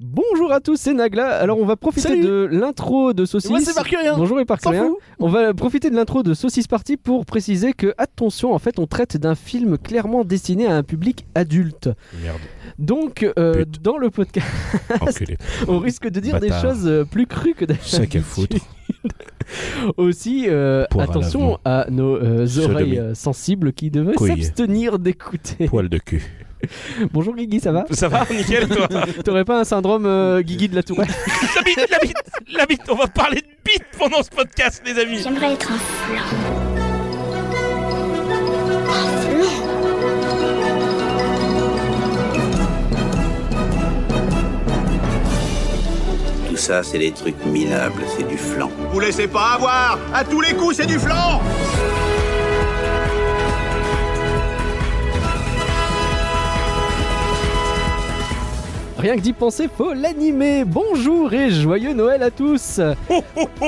Bonjour à tous, c'est Nagla. Alors on va profiter Salut. de l'intro de Saucisse. Moi, c'est hein. Marcurien. Bonjour et S'en Parcurien. fout. On va profiter de l'intro de Saucisse Party pour préciser que attention, en fait, on traite d'un film clairement destiné à un public adulte. Merde, Donc euh, Pute. dans le podcast, enculé. on risque de dire des Bâtard. choses euh, plus crues que d'habitude. Sac à foutre. Aussi, euh, Poire à attention l'avant. à nos euh, Sodomie. oreilles euh, sensibles qui devraient Couille. s'abstenir d'écouter. Poil de cul. Bonjour Guigui, ça va Ça va, nickel, toi T'aurais pas un syndrome euh, Guigui de la Tourette La bite, la bite, la bite On va parler de bite pendant ce podcast, les amis J'aimerais être un flan. Tout ça, c'est des trucs minables, c'est du flan. Vous laissez pas avoir À tous les coups, c'est du flanc Rien que d'y penser, faut l'animer. Bonjour et joyeux Noël à tous. Oh,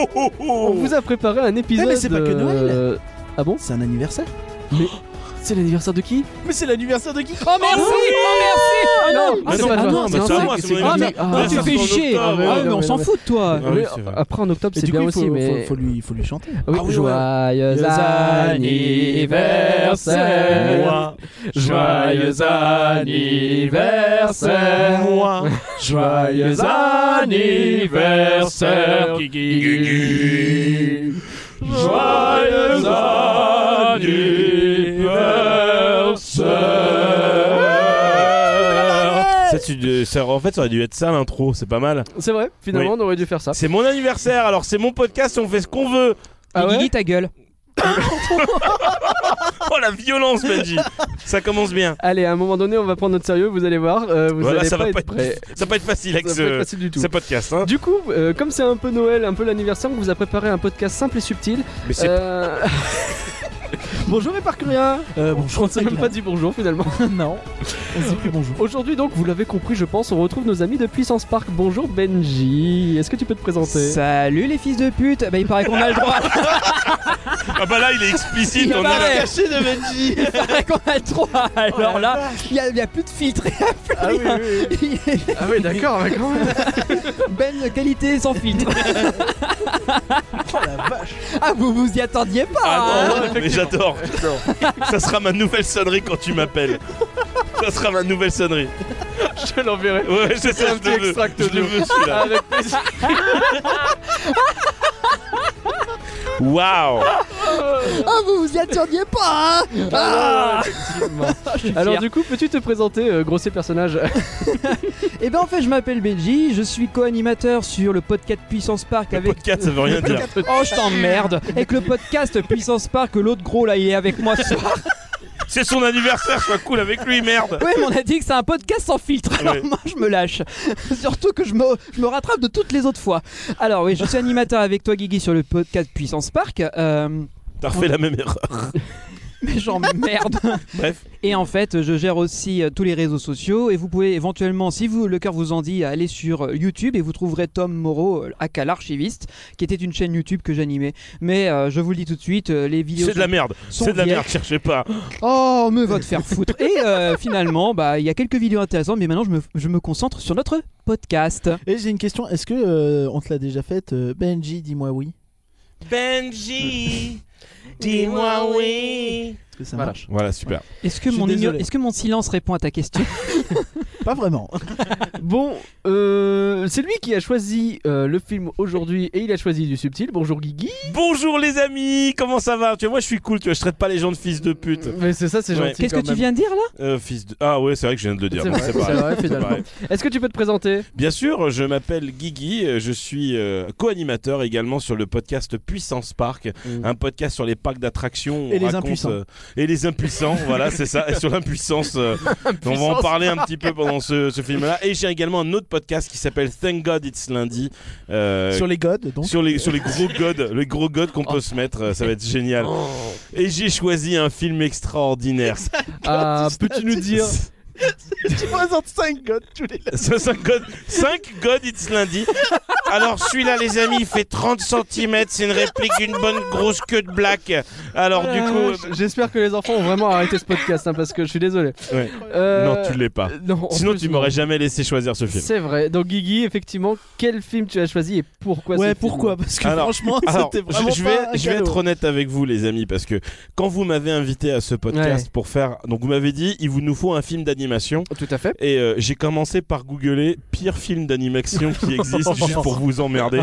oh, On oh vous a préparé un épisode. Eh, mais c'est pas que Noël. euh, Ah bon C'est un anniversaire C'est l'anniversaire de qui Mais c'est l'anniversaire de qui Oh merci, oh merci. Ah, non, Mais c'est non, pas ah toi, non, c'est mais un c'est à truc, moi, c'est c'est mon pas- Ah mais anniversaire. Ah, ah, mais- tu fais en chier. octobre. Ah mais Non, on mais s'en non. fout de toi. Ah oui, Ouais, c'est vrai. Après en octobre, Et c'est du bien coup, il aussi, faut, mais faut- faut lui, faut lui chanter. Oui, Ah oui, joyeux ouais. anniversaire, Moi, joyeux anniversaire, moi, joyeux anniversaire, Guigui. Joyeux anniversaire ça, tu, euh, ça- En fait, ça aurait dû être ça l'intro, c'est pas mal. C'est vrai, finalement, on aurait dû faire ça. C'est mon anniversaire, alors c'est mon podcast, on fait ce qu'on veut. Ah Et ouais Guigui ta gueule. Oh la violence, Benji Ça commence bien. Allez, à un moment donné, on va prendre notre sérieux, vous allez voir. euh, vous voilà, allez ça pas va être pas être, euh, prêts. ça va pas être facile avec Ça va pas être ce, facile du tout. ce podcast. Hein. Du coup, euh, comme c'est un peu Noël, un peu l'anniversaire, on vous a préparé un podcast simple et subtil. Mais c'est Euh, Ah, bonjour et parcurien Euh, bon, je On s'est même pas dit bonjour finalement. non. On se dit plus bonjour. Aujourd'hui donc, vous l'avez compris je pense, on retrouve nos amis de Puissance Park. Bonjour Benji, est-ce que tu peux te présenter Salut les fils de pute. Bah il paraît qu'on a le droit. Ah bah là, il est explicite. Il on est- paraît. Caché de Benji Il paraît qu'on a le droit. Alors là, il y, a- il y a plus de filtre. Ah oui, oui, Il y a oui. Ah oui, d'accord, mais quand même. Ben de qualité sans filtre. Oh la vache Ah vous vous y attendiez pas. Ah hein. non, mais j'adore. ça sera ma nouvelle sonnerie quand tu m'appelles. Ça sera ma nouvelle sonnerie. Je te l'enverrai. Ouais, c'est C'est ça, un je te petit veux. extract Je le de- veux, celui-là. Avec plaisir. Waouh Ah vous vous y attendiez pas. hein. Ah. Alors du coup, peux-tu te présenter, euh, grossier personnage Et ben en fait je m'appelle Benji, je suis co-animateur sur le podcast Puissance Park Le avec podcast, ça veut rien dire. Oh je t'emmerde Avec le podcast Puissance Park, l'autre gros là il est avec moi ce soir. C'est son anniversaire, sois cool avec lui, merde. Ouais mais on a dit que c'est un podcast sans filtre, alors Ouais. moi je me lâche. Surtout que je me, je me rattrape de toutes les autres fois. Alors oui, je suis animateur avec toi Guigui sur le podcast Puissance Park. euh, T'as refait la même erreur. mais j'emmerde Bref. Et en fait, je gère aussi euh, tous les réseaux sociaux et vous pouvez éventuellement, si vous, le cœur vous en dit, aller sur euh, YouTube et vous trouverez Tom Moreau, euh, aka l'archiviste, qui était une chaîne YouTube que j'animais. Mais euh, je vous le dis tout de suite, euh, les vidéos... C'est de la merde. sont C'est de la vieilles. merde, cherchez pas. Oh, me va te faire foutre. Et euh, finalement, bah, il y a quelques vidéos intéressantes, mais maintenant je me, je me concentre sur notre podcast. Et j'ai une question, est-ce que euh, on te l'a déjà faite euh, Benji, dis-moi oui. Benji, dis-moi oui. Est-ce que ça Voilà. marche Voilà, super. Est-ce que, Je suis mon igno- désolé. est-ce que mon silence répond à ta question Pas vraiment. Bon, euh, c'est lui qui a choisi euh, le film aujourd'hui et il a choisi du subtil. Bonjour Guigui. Bonjour les amis, comment ça va Tu vois, moi je suis cool, tu vois, je traite pas les gens de fils de pute. Mais c'est ça, c'est Ouais. gentil. Qu'est-ce que quand tu même. viens de dire là Euh, fils de... Ah ouais, c'est vrai que je viens de le dire. C'est bon, vrai, pareil. c'est vrai, C'est finalement. pareil. Est-ce que tu peux te présenter Bien sûr, je m'appelle Guigui, euh, je suis euh, co-animateur également sur le podcast Puissance Park, Mm. un podcast sur les parcs d'attractions. Et on les raconte, impuissants. euh, et les impuissants, voilà, c'est ça, et sur l'impuissance. euh, on va en parler un petit peu pendant ce, ce film-là. Et j'ai également un autre podcast qui s'appelle Thank God It's Lundi. euh, Sur les gods, Oh. donc. sur les, sur les gros gods, le gros god qu'on peut se mettre, euh, ça va être génial. Oh. Et j'ai choisi un film extraordinaire. Ah, peux-tu nous dire tu présentes 5 gods tous les Ce 5 god, 5 god it's lundi. Alors celui-là, les amis, il fait 30 cm. C'est une réplique d'une bonne grosse queue de black. Alors du Euh, coup. Ah, j'espère que les enfants ont vraiment arrêté ce podcast hein, parce que je suis désolé. ouais. Euh, Non, tu l'es pas. euh, non, en Sinon, plus, tu non. m'aurais jamais laissé choisir ce film. C'est vrai. Donc Guigui, effectivement, quel film tu as choisi et pourquoi ce Ouais, film pourquoi Parce que Alors- franchement, Alors, c'était vraiment je, je vais, pas un je vais cadeau. être honnête avec vous, les amis, parce que quand vous m'avez invité à ce podcast Ouais. pour faire. Donc, vous m'avez dit, il vous nous faut un film d'animation. Tout à fait. Et euh, j'ai commencé par googler pire film d'animation qui existe juste pour vous emmerder.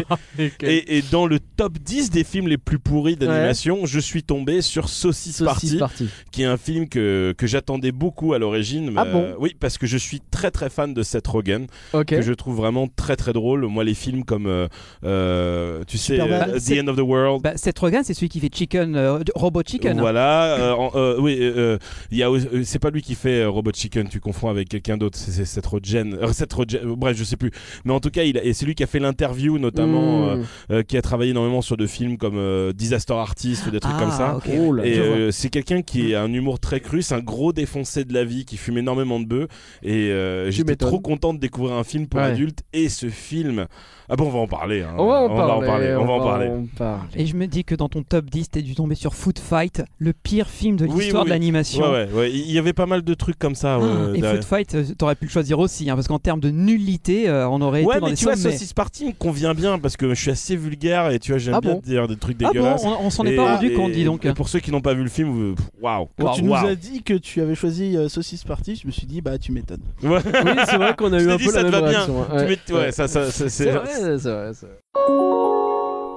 Et, et dans le top 10 des films les plus pourris d'animation, je suis tombé sur Saucisse, Saucisse Party, parti. qui est un film que, que j'attendais beaucoup à l'origine. Ah mais, bon euh, Oui, parce que je suis très très fan de Seth Rogen, Ok. que je trouve vraiment très très drôle. Moi, les films comme, euh, euh, tu sais, Superman, euh, The c'est- End of the World. Bah, Seth Rogen, c'est celui qui fait Chicken, euh, Robot Chicken. hein. Voilà, euh, en- euh, oui, euh, euh, il y a, aussi- euh, c'est pas lui qui fait euh, Robot Chicken, tu confonds avec quelqu'un d'autre, c'est c'est Seth Rogen, euh, Seth Rogen, euh, bref, je sais plus. Mais en tout cas, il a- et c'est lui qui a fait l'interview Hmm. notamment, euh, Mm. euh, qui a travaillé énormément sur de films comme euh, Disaster Artist ou des trucs Ah, comme ça. ok. Oh là, Et je vois. euh, c'est quelqu'un qui a un humour très cru, c'est un gros défoncé de la vie qui fume énormément de bœufs. Et euh, j'étais m'étonnes. trop content de découvrir un film pour Ouais. adultes. Et ce film. Ah bon, on va en parler. hein. on va en parler. On va en parler. en parler. Et je me dis que dans ton top 10, t'es dû tomber sur Foot Fight, le pire film de Oui, l'histoire oui, de oui. l'animation. Ouais, ouais, ouais. Il y avait pas mal de trucs comme ça. Ah, ouais, et derrière. Foot Fight, euh, t'aurais pu le choisir aussi, hein, parce qu'en termes de nullité, euh, on aurait Ouais, été dans mais les tu vois, sommets. Saucisse Party me convient bien parce que je suis assez vulgaire et tu vois, j'aime Ah bien bon dire des trucs Ah bon, dégueulasses. on, on s'en est Et- pas rendu et- compte, dis donc. Et pour ceux qui n'ont pas vu le film, euh, pff, waouh. Quand tu nous Waouh. as dit que tu avais choisi euh, Saucisse Party, je me suis dit, bah tu m'étonnes. Ouais. Oui, c'est vrai qu'on a Je eu t'ai un dit, peu ça la te même va bien. réaction. hein. Tu Ouais. mets- ouais, ça, ça, ça, C'est c'est. vrai, c'est vrai, c'est vrai.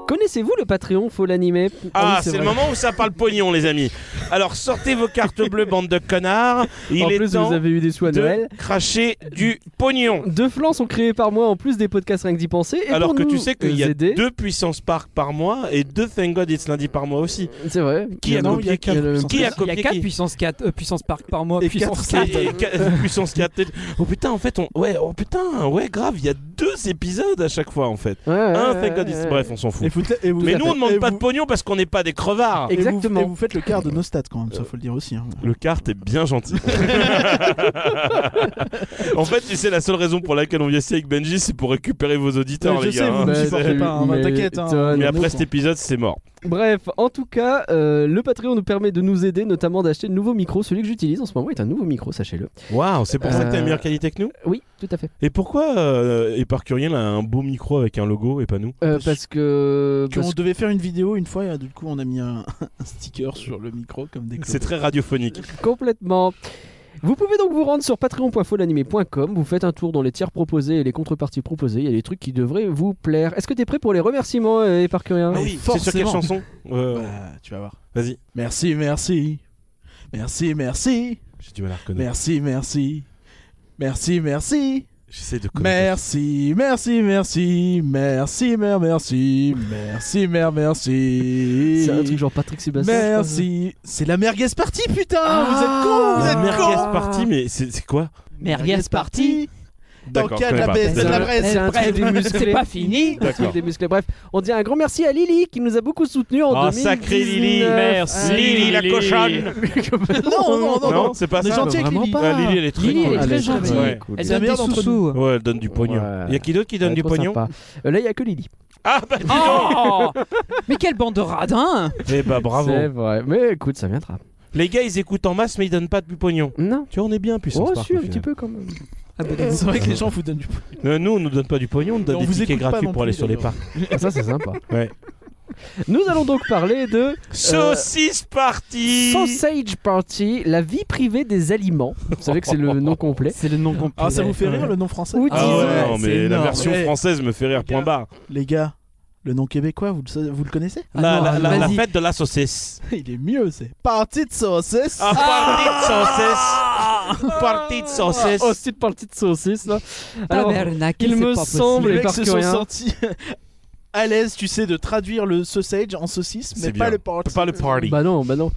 Connaissez-vous le Patreon Faut l'animer Ah, oui, c'est le vrai. moment où ça parle pognon, les amis. Alors sortez vos cartes bleues, bande de connards. Il en est plus, temps vous avez eu des sous à de Noël. cracher du pognon. Deux flancs sont créés par moi en plus des podcasts rien que d'y penser. Et Alors pour que tu nous euh, sais qu'il y a aider- deux puissances park par mois et deux Thank God It's lundi par mois aussi. C'est vrai. Qui Il y a en copié il y en quatre Qui a Il y a copié 4 qui puissance 4, euh, puissance parc par mois, Et puissance Et- 4. et- et- puissance 4 oh putain en fait on ouais oh putain ouais grave il y a deux épisodes à chaque fois en fait Ouais, ouais, un ouais, Thank God ouais, It's ouais. bref on s'en fout Et vous- et vous- mais nous on demande et pas de vous- pognon parce qu'on n'est pas des crevards et vous- Exactement. Et vous faites le quart Euh, de nos stats quand même, ça faut le dire aussi. hein. Le kart est bien gentil. en fait, tu sais, la seule raison pour laquelle on vient ici avec Benji, c'est pour récupérer vos auditeurs, Ouais, je les sais, gars. hein. vous- Ouais, supportez c'est- pas, hein, bah, mais t'inquiète, hein. étonne. Mais après nous, cet quoi. épisode, c'est mort. Bref, en tout cas, euh, le Patreon nous permet de nous aider, notamment d'acheter de nouveaux micros. Celui que j'utilise en ce moment est un nouveau micro, sachez-le. Waouh, c'est pour ça que t'as Euh, une meilleure qualité que nous Oui, tout à fait. Et pourquoi euh, Eparcuriel a un beau micro avec un logo et pas nous Euh, Parce- parce que. Puis parce on devait faire une vidéo une fois, et euh, du coup on a mis un, un sticker sur le micro comme des C'est très radiophonique. Complètement. Vous pouvez donc vous rendre sur patreon.folanimé.com, vous faites un tour dans les tiers proposés et les contreparties proposées, il y a des trucs qui devraient vous plaire. Est-ce que t'es prêt pour les remerciements, euh, Éparcurien Ah oui, c'est sur quelle forcément. chanson Euh, Bah, tu vas voir. Vas-y. Merci, merci. Merci, merci. J'ai du mal à reconnaître. Merci, merci. Merci, merci. J'essaie de connaître. Merci, merci, merci. Merci, mère, merci. Merci, mère, merci. C'est un truc genre Patrick Sébastien. je Merci. C'est la merguez partie, putain. Ah, vous êtes cons, vous êtes cons. Merguez Party, mais c'est c'est quoi Merguez parti, Dans D'accord, le cas je de la connais pas. baisse de la D'accord. Bresse. C'est un Bref, truc des musclés. c'est pas pense. fini. Un truc D'accord. des musclés. Bref, on dit un grand merci à Lily qui nous a beaucoup soutenus en Oh, 2019. sacrée Lily. Merci, Lily la Ah. cochonne Non, non, non, Non, non. c'est pas On est ça. gentil avec vraiment Lily. pas. Ah, Lily, elle est très Lily, elle cool. est très gentille. Ouais. Elle C'est la donne des meilleure d'entre sous-sous. Ouais, elle donne du pognon. Ouais. Il y a qui d'autre qui donne Ouais, du trop pognon sympa. Euh, Là, il y a que Lily. Ah bah dis donc Oh Mais quelle bande de radins Eh bah bravo. C'est vrai. Mais écoute, ça viendra. Les gars, ils écoutent en masse, mais ils donnent pas du pognon. Non. Tu vois, on est bien puissant. Oh, si, un petit peu quand même. C'est vrai que les gens vous donnent du pouce. Euh, nous, on nous donne pas du pognon, on nous donne On des vous tickets écoute pas gratuits non pour aller plus, sur les d'ailleurs. parcs. Ah, Ça, c'est sympa. Ouais. Nous allons donc parler de Saucisse party Sausage Party, la vie privée des aliments. Vous savez que c'est le nom complet. C'est le nom complet. Ah, ça vous fait rire le nom français Ou Ah ouais, Ouais, non, c'est mais la énorme. version Ouais. française me fait Ah rire, point barre. Les gars, le nom québécois, vous le, sa- vous le connaissez Ah la, non, la- la- la vas-y. fête de la saucisse. Il est mieux, c'est partie de saucisse. Ah, partie Ah. de saucisse. Partie de saucisse. Oh, c'est une partie de saucisse là. Alors, Tabernacle, il c'est me pas possible. semble- les les mecs se sont parkouriens. sentis à l'aise, tu sais, de traduire le sausage en saucisse, mais C'est pas bien. le party. Pas le party. bah non, bah non.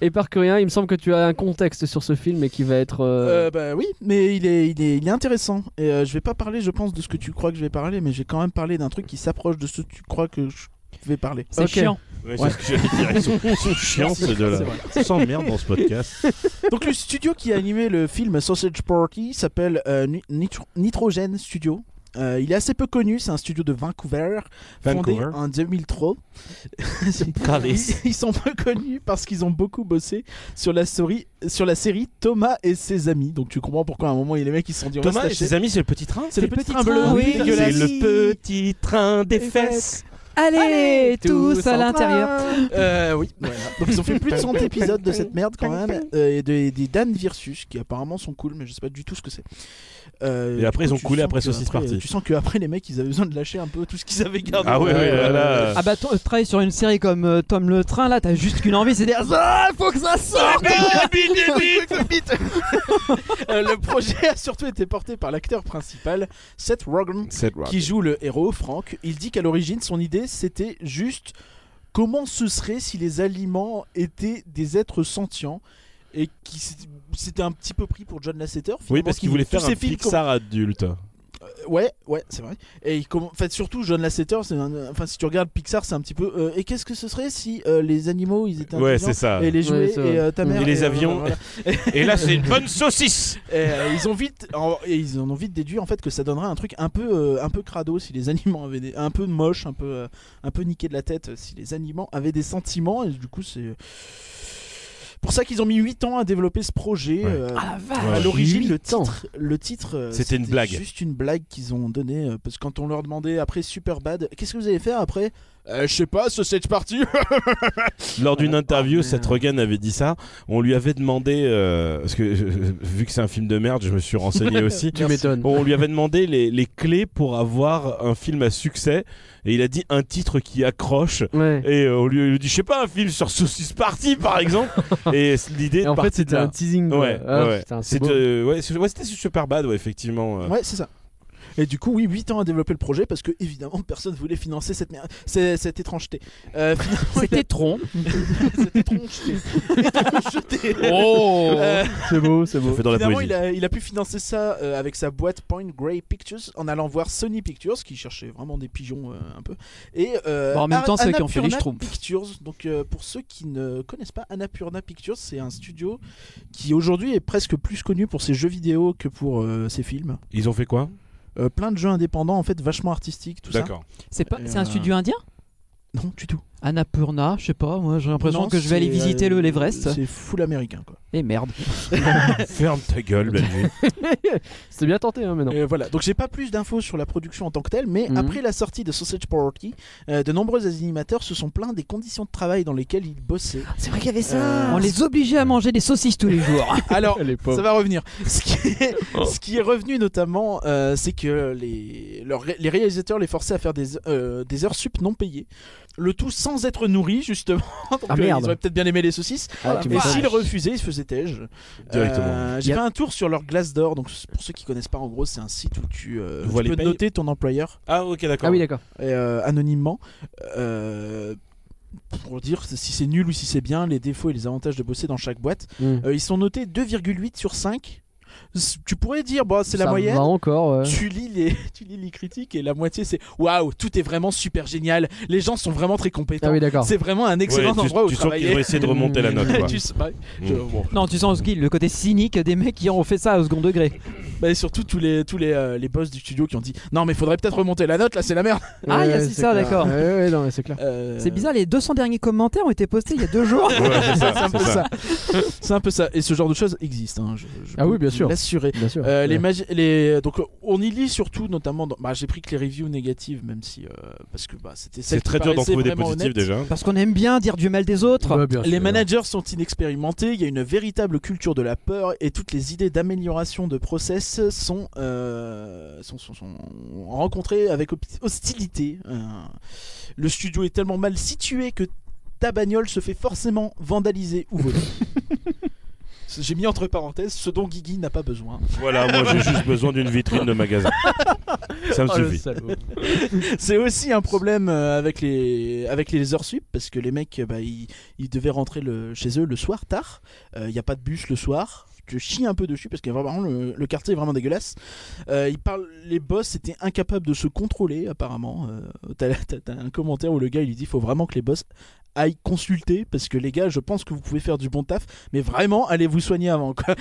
Et par coréen, il me semble que tu as un contexte sur ce film et qui va être. euh, Euh, bah oui, mais il est, il est, il est intéressant. Et euh, je vais pas parler, je pense, de ce que tu crois que je vais parler, mais j'ai quand même parlé d'un truc qui s'approche de ce que tu crois que je vais parler. C'est Ok. chiant. Ouais, c'est ce que j'allais dire. Ils sont, ils sont chiants, ces deux-là. Ils s'emmerdent dans ce podcast. Donc le studio qui a animé le film Sausage Party s'appelle euh, Ni- Nitro- Nitrogen Studio. Euh, il est assez peu connu, c'est un studio de Vancouver, Vancouver. fondé en 2003. ils, Calice. ils sont peu connus parce qu'ils ont beaucoup bossé sur la, souris, sur la série Thomas et ses amis. Donc tu comprends pourquoi à un moment les mecs ils se sont dit on va Thomas se et lâcher. ses amis, c'est le petit train C'est le petit train bleu, train, oui, oui, C'est dégueulasse. le petit train des fesses. Allez, tous à en l'intérieur. train. Euh, oui, voilà. Donc ils ont fait plus de 100 épisodes de cette merde quand même. euh, et des, des Dan Virsus qui apparemment sont cool, mais je sais pas du tout ce que c'est. Euh, Et après, du ils ont tu coulé sens après que Saucisse après, Party. euh, Tu sens qu'après les mecs ils avaient besoin de lâcher un peu tout ce qu'ils avaient gardé. Ah ouais, ouais, là, là. Ah bah t- euh, travailler sur une série comme euh, Tom le train là, t'as juste qu'une envie, c'est de dire ah, faut que ça sorte. Euh, le projet a surtout été porté par l'acteur principal, Seth Rogen, C'est qui joue le héros Frank. Il dit qu'à l'origine, son idée, c'était juste comment ce serait si les aliments étaient des êtres sentients et qui s- c'était un petit peu pris pour John Lasseter. Oui, finalement, parce qu'il qui- voulait tous faire un ses films com- Pixar adulte. Ouais, ouais, c'est vrai. Et il comm- en fait, surtout John Lasseter, c'est un- enfin si tu regardes Pixar, c'est un petit peu. euh, et qu'est-ce que ce serait si euh, les animaux ils étaient Ouais, intelligents c'est ça. et les jouets Ouais, c'est et euh, ta vrai. Mm. mère Et les euh, avions. voilà. Et là, c'est une bonne saucisse. Et, euh, ils ont vite, en- et ils en ont vite déduit en fait que ça donnerait un truc un peu, euh, un peu crado si les animaux avaient des, un peu moche, un peu, euh, un peu niqué de la tête, si les animaux avaient des sentiments. Et du coup, c'est pour ça qu'ils ont mis 8 ans à développer ce projet. Ouais. euh, Ouais. à l'origine, le Ah, Huit ans. titre, le titre, euh, C'était une blague. Juste une blague qu'ils ont donnée euh, parce que quand on leur demandait après Superbad, qu'est-ce que vous allez faire après Euh, Je sais pas, ce cette partie. Lors d'une Ah, Voilà. interview, Oh, Seth merde. Rogen avait dit ça. On lui avait demandé, euh, parce que euh, vu que c'est un film de merde, je me suis renseigné aussi. Tu m'étonnes. On lui avait demandé les, les clés pour avoir un film à succès. Et il a dit un titre qui accroche. Ouais. Et euh, on lui on lui dit, je sais pas, un film sur Saucisse Party, par exemple. et l'idée Et en de fait, partir de c'était un là. teasing. quoi. Ouais, Ah, ouais. putain, c'est C'est, beau. euh, ouais, c'est- ouais, c'était Superbad, ouais, effectivement. euh. Ouais, c'est ça. Et du coup, oui, 8 ans à développer le projet parce que, évidemment, personne voulait financer cette, merde- c'est- cette étrangeté. Euh, finalement, il a- C'était tronc. cette étrangeté. Étrangeté. Euh, C'est beau, c'est Ça beau. fait Oh. dans la finalement, poésie. il a, il a pu financer ça euh, avec sa boîte Point Grey Pictures en allant voir Sony Pictures qui cherchait vraiment des pigeons euh, un peu. Et euh, Bon, en même Ar- temps, ceux qui ont fait les Annapurna Schtroumpfs. Pictures. Donc euh, pour ceux qui ne connaissent pas Annapurna Pictures, c'est un studio qui aujourd'hui est presque plus connu pour ses jeux vidéo que pour euh, ses films. Ils ont fait quoi Euh, plein de jeux indépendants en fait vachement artistiques, tout ça. D'accord. C'est pas, Et c'est un euh, studio indien Non, du tout. Annapurna, je sais pas, moi j'ai l'impression Non, que je vais aller c'est, visiter le euh, l'Everest. C'est full américain quoi. Et merde. Ferme ta gueule, Benji. C'est bien tenté, hein, maintenant. Euh, voilà, donc j'ai pas plus d'infos sur la production en tant que telle, mais Mhm. après la sortie de Sausage Party, euh, de nombreux animateurs se sont plaints des conditions de travail dans lesquelles ils bossaient. C'est vrai qu'il y avait ça. Euh, On les obligeait à manger des saucisses tous les jours. Alors, Elle est ça pauvre. va revenir. Ce qui est, Oh. ce qui est revenu notamment, euh, c'est que les, leurs ré- les réalisateurs les forçaient à faire des, euh, des heures sup non payées. Le tout sans être nourri, justement. Donc, Ah, euh, merde. ils auraient peut-être bien aimé les saucisses. Ah, tu Mais m'étonnes. s'ils refusaient, ils se faisaient tège. Directement. Euh, J'ai Y a- fait un tour sur leur Glassdoor. Donc, pour ceux qui connaissent pas, en gros, c'est un site où tu, euh, Tu vois tu les peux payes. noter ton employeur. Ah, ok, d'accord. Ah oui, d'accord. et, euh, anonymement euh, pour dire si c'est nul ou si c'est bien, les défauts et les avantages de bosser dans chaque boîte. Mm. Euh, ils sont notés 2,8 sur 5. S- Tu pourrais dire, bon, c'est la Ça moyenne. va encore. ouais. Tu lis, les, tu lis les critiques et la moitié c'est waouh, tout est vraiment super génial, les gens sont vraiment très compétents. Ah oui, d'accord. c'est vraiment un excellent Ouais, tu, endroit où tu sens qu'ils travailler. vont essayer de remonter la note. Quoi. Tu sais- bah, je- Mm. bon. non, tu sens ce qu'il- le côté cynique des mecs qui ont fait ça au second degré. Bah, et surtout tous les tous les, euh, les boss du studio qui ont dit non mais faudrait peut-être remonter la note là c'est la merde. Ah, il y a Ouais, aussi c'est ça, clair. d'accord. Ouais, ouais, non, mais c'est clair. Euh, C'est bizarre, les 200 derniers commentaires ont été postés il y a deux jours. Ouais, c'est ça, c'est un c'est peu ça. ça. C'est un peu ça. Et ce genre de choses existe. hein, je- je Ah peux oui, bien vous sûr. L'assurer. Bien sûr. Euh, les Ouais. magi- les- donc euh, on y lit surtout notamment dans- bah, j'ai pris que les reviews négatives même si euh, parce que bah, c'était celles C'est qui très dur d'en paraissaient trouver des vraiment positifs honnêtes. déjà. hein. Parce qu'on aime bien dire du mal des autres. Ouais, bien les sûr. managers sont inexpérimentés, il y a une véritable culture de la peur et toutes les idées d'amélioration de process sont, euh, sont, sont- sont rencontrées avec ob- hostilité. Euh, le studio est tellement mal situé que ta bagnole se fait forcément vandaliser ou voler. J'ai mis entre parenthèses ce dont Guigui n'a pas besoin. Voilà, moi j'ai juste besoin d'une vitrine de magasin. Ça me Oh, le suffit. salaud. C'est aussi un problème euh, avec les avec les heures sup parce que les mecs euh, bah, ils, ils devaient rentrer le, chez eux le soir tard. Il n'y a pas de bus le soir. Je chie un peu dessus parce que vraiment le, le quartier est vraiment dégueulasse. Euh, ils parlent, les boss étaient incapables de se contrôler apparemment. Euh, t'as, t'as- t'as un commentaire où le gars il lui dit faut vraiment que les boss aillent consulter parce que les gars, je pense que vous pouvez faire du bon taf, mais vraiment, allez vous soigner avant. Quoi.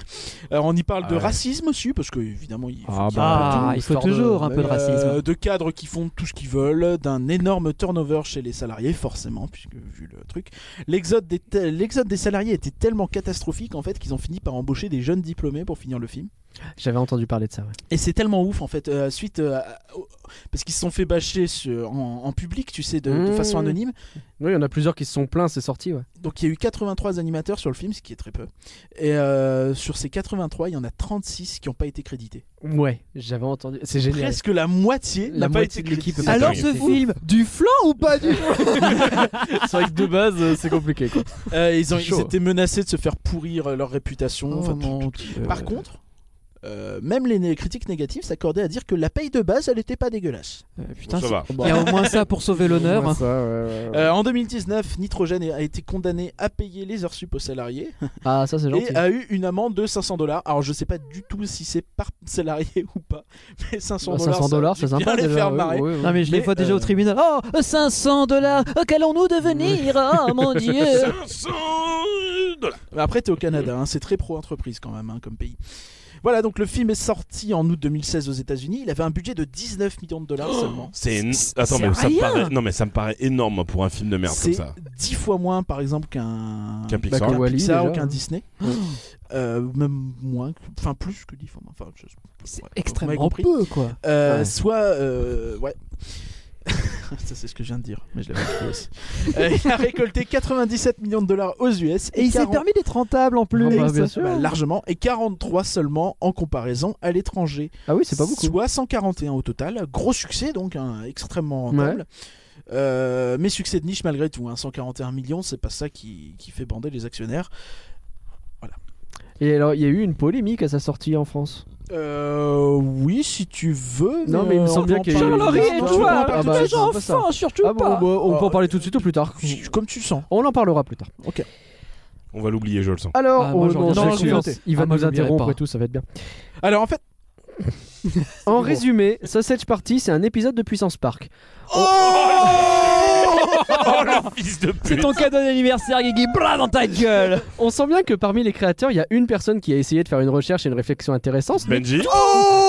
Alors, on y parle Ah de ouais. racisme aussi parce que évidemment, il faut Ah qu'il y ait un peu de tout. bah, Ah, il faut toujours un peu de Euh, racisme. de cadres qui font tout ce qu'ils veulent, d'un énorme turnover chez les salariés, forcément, puisque vu le truc. L'exode des, te- l'exode des salariés était tellement catastrophique en fait qu'ils ont fini par embaucher des jeunes diplômés pour finir le film. J'avais entendu parler de ça. ouais. Et c'est tellement ouf en fait, euh, suite euh, à- au- parce qu'ils se sont fait bâcher sur- en, en public, tu sais, de, de Mmh. façon anonyme. Oui, il y en a plusieurs qui se sont plaints, c'est sorti. Ouais. Donc il y a eu 83 animateurs sur le film, ce qui est très peu. Et euh, sur ces 83, il y en a 36 qui n'ont pas été crédités. Ouais, j'avais entendu. C'est génial. Presque la moitié La n'a pas moitié été de l'équipe créditée. est pas Alors dingue. ce film, du flan ou pas du flan C'est vrai que de base, euh, c'est compliqué. Quoi. Euh, ils, ont, ils Chaud. étaient menacés de se faire pourrir euh, leur réputation. Oh Enfin, tout- Par contre, euh, même les né- critiques négatives s'accordaient à dire que la paye de base, elle n'était pas dégueulasse. Euh, putain, ça c'est- va. il y a au moins ça pour sauver l'honneur. hein. Euh, en 2019, Nitrogène a été condamné à payer les heures sup aux salariés Ah, ça c'est gentil. et euh, a eu une amende de 500 dollars. Alors je sais pas du tout si c'est par salarié ou pas, mais 500 Bah, dollars, 500 dollars, c'est ça a dû sympa. bien les déjà, faire ouais, marrer. ouais, ouais. Non mais je les Mais, vois déjà euh, au tribunal. Oh, 500 dollars, oh, qu'allons-nous devenir Oh mon dieu 500 dollars. Mais Après, t'es au Canada, hein, c'est très pro-entreprise quand même hein, comme pays. Voilà, donc le film est sorti en août 2016 aux États-Unis. Il avait un budget de 19 millions de dollars seulement. C'est une- C'est- Attends, c'est mais ça me rien. paraît... Non, mais ça me paraît énorme pour un film de merde comme C'est ça. 10 fois moins, par exemple, qu'un Qu'un Pixar. qu'un Qu'un Wall-E, Pixar déjà, ou qu'un ouais. Disney. Oh. Euh, même moins, que- enfin plus que 10 fois moins. Enfin, je- C'est ouais, vous m'avez extrêmement compris. peu quoi. Euh, Ouais. Soit. euh, ouais. Ça, c'est ce que je viens de dire, mais je l'avais écrit aussi. Euh, il a récolté 97 millions de dollars aux US et, Et il s'est 40 permis hein. d'être rentable en plus. Ah bah, bien bah, sûr. largement et 43 seulement en comparaison à l'étranger. Ah oui, c'est pas beaucoup. Soit 141 au total. Gros succès, donc hein, extrêmement rentable. Euh, mais succès de niche malgré tout. hein. 141 millions, c'est pas ça qui, qui fait bander les actionnaires. Et alors, il y a eu une polémique à sa sortie en France. Euh, oui, si tu veux. Non, mais il me euh, semble on bien en qu'il y a eu- parle. Charles-Henri, Non, et non, toi, on en parle ah tout bah, de suite. c'est un peu ça. surtout Ah bon, bah, on peut en parler tout de suite ou plus tard. Si- Comme tu le sens. On en parlera plus tard. On va l'oublier, je le sens. Alors, Ah, moi, on- j'en on- reviens on- dessus. confiance. il va Ah, moi, nous j'en reviens interrompre pas. et tout, ça va être bien. Alors en fait. En résumé, Sausage Party, c'est un épisode de Puissance Park. Oh, le fils de C'est pute ton cadeau d'anniversaire, Guigui. Bras dans ta gueule. On sent bien que parmi les créateurs, il y a une personne qui a essayé de faire une recherche et une réflexion intéressante. Benji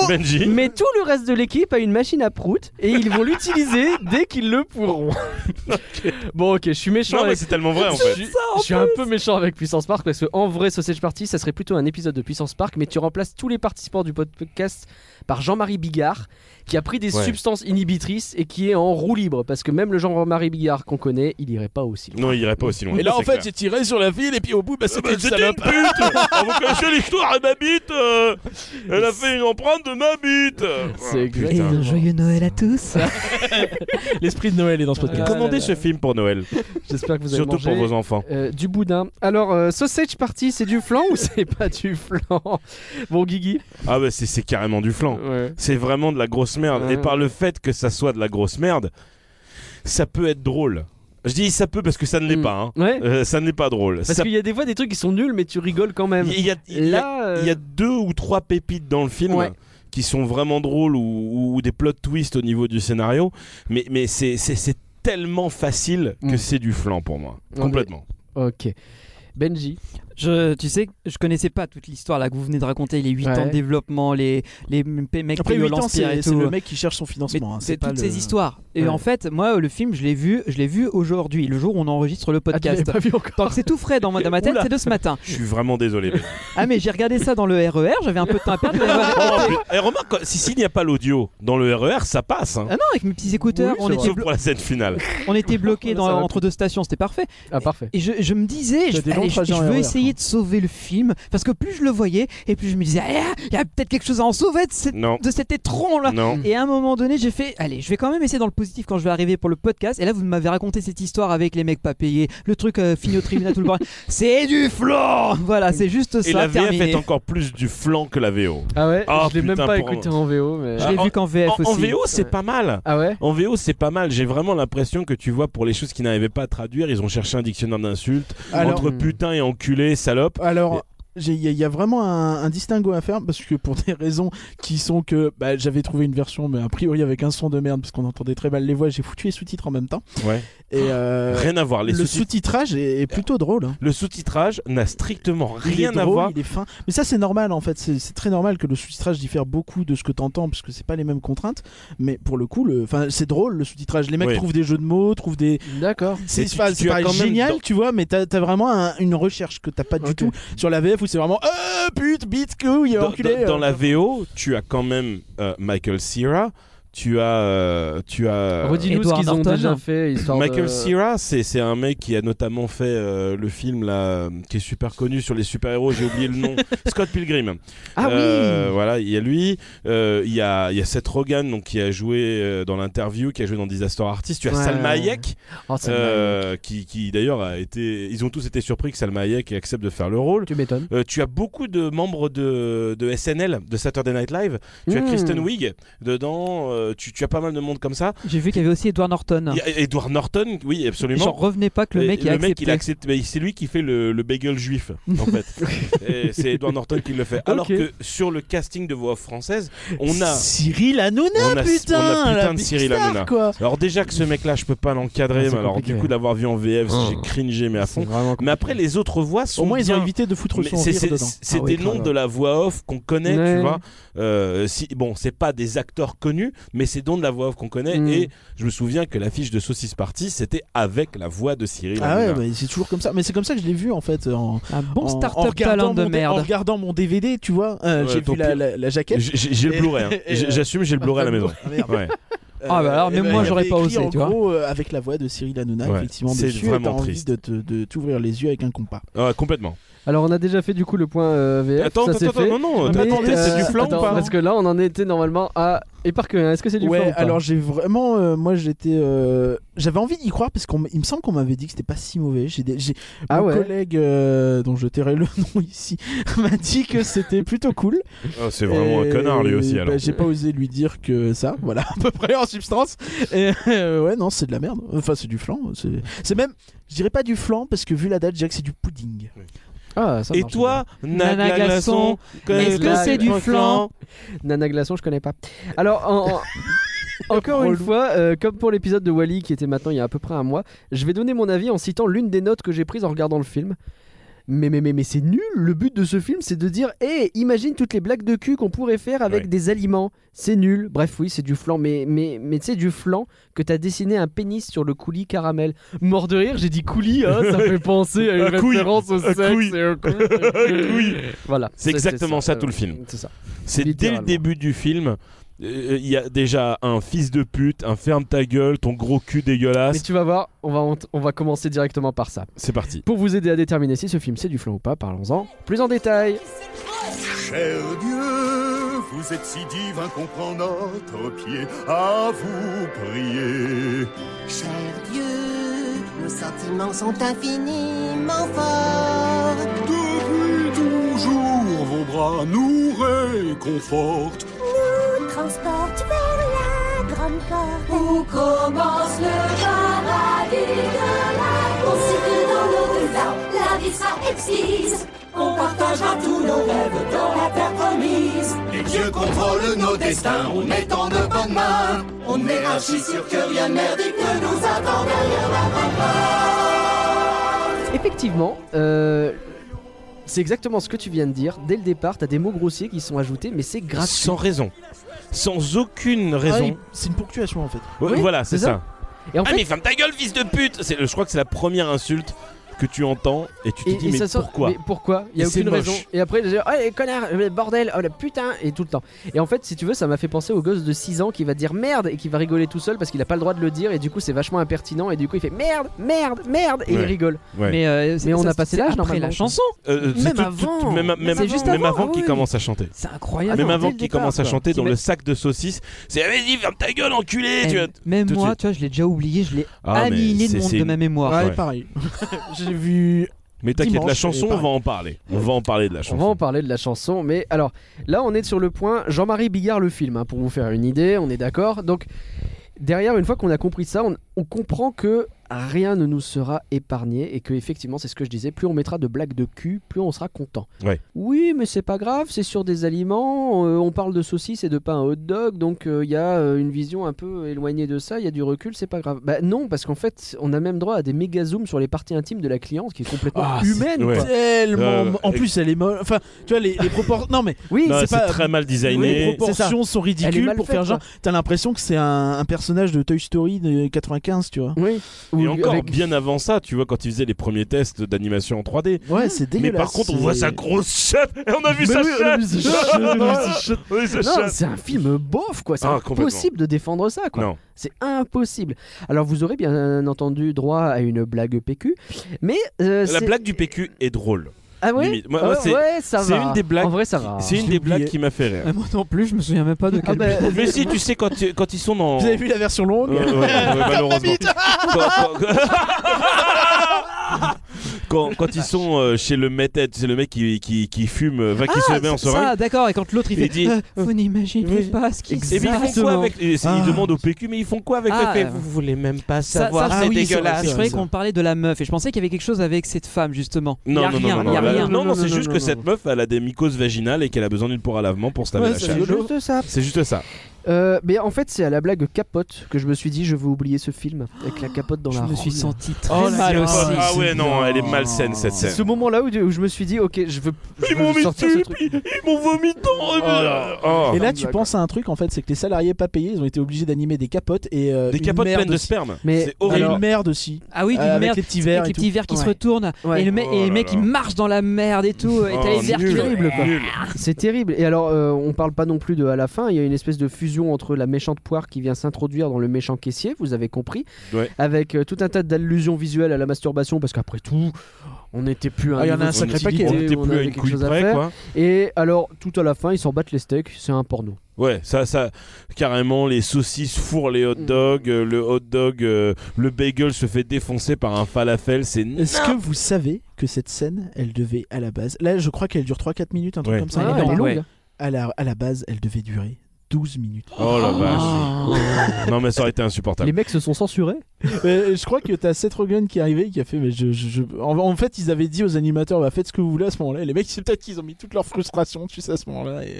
Benji Mais tout le reste de l'équipe a une machine à prout et ils vont l'utiliser dès qu'ils le pourront. Bon, ok, je suis méchant Non, mais avec. c'est tellement vrai en Je fait. suis, je suis un peu méchant avec Puissance Park parce que en vrai Sausage Party ça serait plutôt un épisode de Puissance Park mais tu remplaces tous les participants du podcast par Jean-Marie Bigard qui a pris des Ouais. substances inhibitrices et qui est en roue libre parce que même le Jean-Marie Bigard qu'on connaît il irait pas aussi loin. Non, il irait pas aussi loin. Et là en C'est fait, clair. j'ai tiré sur la ville et puis au bout, bah, Bah, c'était une c'était une salope. pute On vous connaissez l'histoire, elle m'habite Euh, Elle a fait une empreinte de ma bite Ah, C'est exact. putain. joyeux Noël à tous. L'esprit de Noël est dans ce podcast. là Commandez là. ce film pour Noël, Euh, J'espère que vous avez surtout mangé pour vos enfants. euh, du boudin. Alors euh, Sausage Party c'est du flan ou c'est pas du flan Bon Guigui. Ah bah c'est- c'est carrément du flan. Ouais. C'est vraiment de la grosse merde. Ouais. Et par le fait que ça soit de la grosse merde, ça peut être drôle. Je dis ça peut parce que ça ne l'est Mm. pas. hein. Ouais. Euh, ça ne l'est pas drôle. Parce Ça- qu'il y a des fois des trucs qui sont nuls mais tu rigoles quand même. il y a- il y a- Là euh, il y a deux ou trois pépites dans le film Ouais. qui sont vraiment drôles ou, ou des plot twists au niveau du scénario, mais, mais c'est c'est- c'est tellement facile que Mm. c'est du flan pour moi. mais- Complètement. Ok. Benji. Je, tu sais, je connaissais pas toute l'histoire là que vous venez de raconter, les 8 Ouais. ans de développement, les, les m- p- mecs Après payés au 8 ans, lance-pierre c'est et c'est tout. le mec qui cherche son Mais financement. hein, c'est pas toutes le- ces histoires. Et Ouais. en fait, moi, le film, je l'ai vu, je l'ai vu aujourd'hui, le jour où on enregistre le Ah, tu l'avais podcast. pas vu encore. Donc c'est tout frais dans ma, dans ma tête, Oula. c'est de ce matin. Je suis vraiment désolé. mais- Ah mais j'ai regardé ça dans le RER, j'avais un peu de temps à perdre. mais- Oh, putain. Et remarque, quand- si s'il n'y a pas l'audio dans le RER, ça passe. hein. Ah non, avec mes petits écouteurs, Oui, on, c'est était Sauf blo- pour la scène finale. on était bloqués Là, dans- ça va entre deux stations, c'était parfait. Ah parfait. Et je, je me disais, je, des longs allez, je- trajets je en E veux RER, essayer quoi. de sauver le film, parce que plus je le voyais, et plus je me disais, Ah, il y a peut-être quelque chose à en sauver de, cette- Non. de cet étron là. Non. Et à un moment donné, j'ai fait, allez, je vais quand même essayer dans le positif quand je vais arriver pour le podcast. Et là, vous m'avez raconté cette histoire avec les mecs pas payés, le truc euh, fini au tribunal, tout le bordel. C'est du flan Voilà, c'est juste ça. Et la VF terminé. est encore plus du flan que la VO. Ah ouais, Ah, je l'ai même putain, pas pour écouté en VO mais Je l'ai Ah, vu qu'en VF En, en aussi. VO, c'est pas mal. Ah ouais En VO, c'est pas mal. J'ai vraiment l'impression que tu vois, pour les choses qui n'arrivaient pas à traduire, ils ont cherché un dictionnaire d'insultes. Alors- Entre putain et enculé, salope. Alors, J'ai- Il y, a- il y a vraiment un, un distinguo à faire parce que pour des raisons qui sont que bah, j'avais trouvé une version, mais a priori avec un son de merde parce qu'on entendait très mal les voix, j'ai foutu les sous-titres en même temps. Ouais. Et euh, Ah, Rien à voir. Les le sous-titres- sous-titrage est, est plutôt drôle. hein. le sous-titrage n'a strictement Il est rien à drôle, voir. Il est fin. Mais ça, c'est normal en fait. C'est c'est très normal que le sous-titrage diffère beaucoup de ce que t'entends parce que c'est pas les mêmes contraintes. Mais pour le coup, le... enfin, c'est drôle le sous-titrage. Les mecs Oui. trouvent des jeux de mots, trouvent des. D'accord. C'est Mais tu- pas, tu c'est as pas quand même génial, dans- tu vois, mais t'as t'as vraiment un- une recherche que t'as pas du Ok. tout sur la VF où c'est vraiment euh, pute, bite, couille, Dans, enculé. dans- dans euh. la VO, tu as quand même euh, Michael Cera, tu as, euh, tu as Redis-nous ce Edward qu'ils ont Norton. déjà fait. Histoire Michael de... Cera, c'est c'est un mec qui a notamment fait euh, le film là, euh, qui est super connu sur les super-héros, j'ai oublié le nom, Scott Pilgrim. Ah Euh, oui. Voilà, il y a lui, euh, il y, a, il y a Seth Rogen donc, qui a joué euh, dans l'interview, qui a joué dans Disaster Artist, tu as Ouais. Salma Hayek, Oh, c'est euh, qui, qui d'ailleurs a été. Ils ont tous été surpris que Salma Hayek accepte de faire le rôle. vrai. Tu m'étonnes. Euh, tu as beaucoup de membres de, de SNL, de Saturday Night Live. Tu as Hmm. Kristen Wiig dedans. euh, tu, tu as pas mal de monde comme ça. J'ai vu qu'il y avait aussi Edward Norton. Il y a Edward Norton, oui, Et J'en absolument. revenais pas que Ah. le Et mec ait accepté. il accepte, mais c'est lui qui fait le, le bagel juif, en fait. Et c'est Edward Norton qui le fait. Alors Ok. que sur le casting de voix off française, on a. Cyril Hanouna, on a- putain, on a putain la de big Cyril star, Hanouna. quoi. Alors déjà que ce mec-là, je peux pas l'encadrer, Ah, c'est mais alors compliqué. du coup d'avoir vu en VF, j'ai cringé mais à C'est fond. vraiment Mais après les autres voix sont Au moins, ils ont bien. évité de foutre Mais son c'est- rire c'est- dedans. C'est Ah oui, des noms grave. de la voix off qu'on connaît, Ouais. tu vois. Euh, si, bon, c'est pas des acteurs connus, mais c'est des noms de la voix off qu'on connaît. Mm. Et je me souviens que l'affiche de Saucisse Party, c'était avec la voix de Cyril. Ah ouais, Hanouna. bah, c'est toujours comme ça. Mais c'est comme ça que je l'ai vu en fait. En, Un bon en- en start-up regardant talent de mon dé- En merde. regardant mon DVD, tu vois, euh, Ouais, j'ai ton vu la, pire. la- la jaquette. J'ai- J'ai j'ai le Et- Blu-ray. hein. et, J'ai- euh, J'assume, j'ai le Blu-ray à la maison. Ah, merde. Ouais. Ah, bah alors, Eh même ben, moi, il y j'aurais avait pas écrit, osé, en tu vois. gros, euh, avec la voix de Cyril Hanouna, Ouais. effectivement, C'est dessus, vraiment t'as envie triste. de te- de t'ouvrir les yeux avec un compas. Ah, complètement. Alors on a déjà fait du coup le point euh, VF. Attends, ça attends, c'est attends, fait. non, non. Mais, attendez, c'est euh, du flan ou attends, pas Parce que là on en était normalement à. Et par que, hein, est-ce que c'est du flan Ouais, ou pas alors j'ai vraiment, euh, moi j'étais, euh, j'avais envie d'y croire parce qu'il me semble qu'on m'avait dit que c'était pas si mauvais. J'ai, des- j'ai Ah mon ouais. collègue euh, dont je tairai le nom ici m'a dit que c'était plutôt cool. Ah, C'est vraiment Et, un connard lui aussi. bah, alors. j'ai pas osé lui dire que ça, voilà à peu près en substance. Et euh, ouais, non, c'est de la merde. Enfin, c'est du flan. C'est, c'est même, je dirais pas du flan parce que vu la date, Jack, c'est du pudding. Ah, ça Et marche toi, Nana Nana Glaçon, Glaçon, est-ce que c'est du flan bien. Nana Glaçon, je connais pas. Alors en- en- Encore une Relou. fois, euh, comme pour l'épisode de Wally qui était maintenant il y a à peu près un mois, je vais donner mon avis en citant l'une des notes que j'ai prises en regardant le film. Mais mais mais, mais c'est nul. Le but de ce film, c'est de dire, hé, imagine toutes les blagues de cul qu'on pourrait faire avec Ouais. des aliments. C'est nul. Bref, oui, c'est du flan. Mais mais mais c'est du flan que t'as dessiné un pénis sur le coulis caramel. Mort de rire, j'ai dit coulis. hein, ça fait penser à une À couille, référence au à sexe. couille. et au couille. Oui. Voilà. C'est exactement ça, tout le film. C'est ça. C'est dès le Littéralement. début du film. euh, Il y a déjà un fils de pute, un ferme ta gueule, ton gros cul Mais dégueulasse. tu vas voir, on va, on t- on va commencer directement par ça. C'est parti. Pour vous aider à déterminer si ce film c'est du flan ou pas, parlons-en plus en détail. Cher Dieu, vous êtes si divin qu'on prend notre pied à vous prier. Cher Dieu, nos sentiments sont infiniment forts. Depuis toujours, vos bras nous réconfortent. transporte vers la grande porte. Où commence le paradis de la On sait que dans nos deux ans, la vie sera exquise. On partagera tous nos rêves dans la terre promise. Et Dieu contrôle nos destins, on est en de bonnes mains. On est archi sûr que rien de merdique ne nous attend derrière la Effectivement, euh, c'est exactement ce que tu viens de dire. Dès le départ, t'as des mots grossiers qui sont ajoutés, mais c'est gratuit. Sans raison. Sans aucune Ah, raison. il- c'est une ponctuation en fait. Oui, voilà, c'est c'est ça. ça. Et en Ah fait, mais ferme ta gueule fils de pute C'est- Je crois que c'est la première insulte que tu entends et tu te et- dis et mais ça sort- pourquoi mais pourquoi Il y a Et c'est aucune moche. raison. Et après, les gens, oh les connards, le bordel, oh la putain, et tout le temps. Et en fait, si tu veux, ça m'a fait penser au gosse de 6 ans qui va dire merde et qui va rigoler tout seul parce qu'il a pas le droit de le dire et du coup c'est vachement impertinent et du coup il fait merde, merde, merde et il Ouais. rigole. Ouais. Mais, euh, c'est- on ça, a passé c'est l'âge, après normalement. la chanson. Euh, c'est même tout- tout- avant. même, Mais même- c'est juste même avant, avant ah qu'il oui. commence à chanter. C'est incroyable. même dès avant le qu'il départ, commence à quoi. chanter Qui dans met- le sac de saucisses, c'est ah, vas-y ferme ta gueule enculé tu Même- vas- Même tout de moi, suite. tu vois, je l'ai déjà oublié, je l'ai Ah, mais annihilé c'est- de, mon- c'est de une- Ah. ma mémoire. Ouais, ouais. pareil. j'ai vu. Mais t'inquiète, Dimanche, la et chanson, on pareil. va en parler. On va en parler de la chanson. On va en parler de la chanson, mais alors là on est sur le point Jean-Marie Bigard le film, hein, pour vous faire une idée, on est d'accord. Donc derrière, une fois qu'on a compris ça, on, on comprend que rien ne nous sera épargné et que effectivement c'est ce que je disais plus on mettra de blagues de cul plus on sera content Ouais. oui mais c'est pas grave c'est sur des aliments euh, on parle de saucisses et de pain hot dog donc euh, il y a euh, une vision un peu éloignée de ça il y a du recul c'est pas grave bah non parce qu'en fait on a même droit à des méga zooms sur les parties intimes de la cliente qui est complètement Ah, c'est- humaine ouais. quoi. Tellement. Ouais, ouais. En plus, elle est molle. Enfin, tu vois, les, les proportions. Non, mais oui Non, c'est c'est pas- très mal les designé. c'est ça. proportions sont Elle est ridicules mal pour faite, faire genre. T'as l'impression que c'est un, un personnage de Toy Story de 95, tu vois. oui Et Ou encore avec- bien avant ça, tu vois, quand ils faisaient les premiers tests d'animation en 3D. Ouais, c'est Mais dégueulasse. par contre, on c'est- voit sa grosse chatte et on a vu Mais sa oui, on a vu sa chatte, on a vu sa chatte. chatte. Oui, sa Non, chatte. c'est un film beauf quoi c'est Ah, complètement. impossible de défendre ça quoi Non, C'est impossible. Alors vous aurez bien entendu droit à une blague PQ, mais euh, la c'est- blague du PQ est drôle. Ah ouais, limite. Moi- moi, Ah c'est- ouais, ça c'est va. une des blagues En vrai, ça va. C'est une Ah, j'ai des oublié. blagues qui m'a fait rire. Ah, Moi non plus, je me souviens même pas de Ah quel. bah, Mais si, tu sais, quand, quand ils sont dans. Vous avez vu Ah, la version longue Ouais, ouais, ouais, malheureusement. Quand- quand- Quand, quand ils sont euh, chez le méthode, c'est le mec qui, qui, qui fume, euh, enfin, qui Ah, se met en soirée. Ah, ça, d'accord, et quand l'autre il Il fait. dit- euh, vous n'imaginez Oui. pas ce qui se Et puis ils font quoi Exactement. avec et c'est- Ils Ah. demandent au PQ, mais ils font quoi avec Ah. le fait Vous voulez même pas Ça, savoir, ça, ah c'est oui, dégueulasse. Je croyais ça. qu'on parlait de la meuf et je pensais qu'il y avait quelque chose avec cette femme justement. Il y Non, a non, rien, il non, non, y a non, rien. non, non, Non, c'est non, juste non, que non. cette meuf, elle a des mycoses vaginales et qu'elle a besoin d'une pour à lavement pour se laver Ouais, la ça, chatte. c'est juste ça. C'est juste ça. Euh, mais en fait, c'est à la blague capote que je me suis dit, je veux oublier ce film avec la capote dans Je la me robe. suis senti très Oh, la mal capote. aussi. Ah c'est ouais, non, bien. elle est malsaine cette scène. Ce moment-là où, où je me suis dit, ok, je veux, je Ils veux m'ont mis sortir ce dessus, truc. puis ils m'ont vomi dedans. et puis- Oh. Et là, Formidable, tu penses à un truc en fait, c'est que les salariés pas payés, ils ont été obligés d'animer des capotes et euh, Des une capotes merde pleines de aussi. sperme. Mais- C'est Et horrible. une merde aussi. Ah oui, Euh, d'une avec merde. les petits verres avec et les tout. petits verres qui se Ouais. retournent Ouais. et le mec Oh et les là mecs là. ils marchent dans la merde et tout et t'as Oh, les verres qui nul, horrible, quoi. nul. C'est terrible. Et alors, euh, on parle pas non plus de à la fin. Il y a une espèce de fusion entre la méchante poire qui vient s'introduire dans le méchant caissier, vous avez compris, Ouais. avec euh, tout un tas d'allusions visuelles à la masturbation, parce qu'après tout, on n'était plus à un, Ah, il y en a niveau un de sacré subtilité paquet. On où n'était on plus à avait une quelque couille chose à près, faire. quoi. Et alors, tout à la fin, ils s'en battent les steaks. C'est un porno. Ouais, ça, ça, carrément, les saucisses fourrent les hot dogs, euh, le hot dog, euh, le bagel se fait défoncer par un falafel, c'est n- Est-ce que vous savez que cette scène, elle devait à la base. Là, je crois qu'elle dure 3-4 minutes, un truc Ouais. comme ça. Ah, elle est elle est énorme. longue. Ouais. hein. À, la, à la base, elle devait durer 12 minutes. Oh la vache. Non, mais ça aurait été Les insupportable. mecs se sont censurés. Euh, je crois que t'as Seth Rogen qui est arrivé et qui a fait. Mais je, je- je- En, en fait, ils avaient dit aux animateurs bah, faites ce que vous voulez à ce moment-là. Et les mecs, c'est peut-être qu'ils ont mis toute leur frustration, tu sais, à ce moment-là. Et...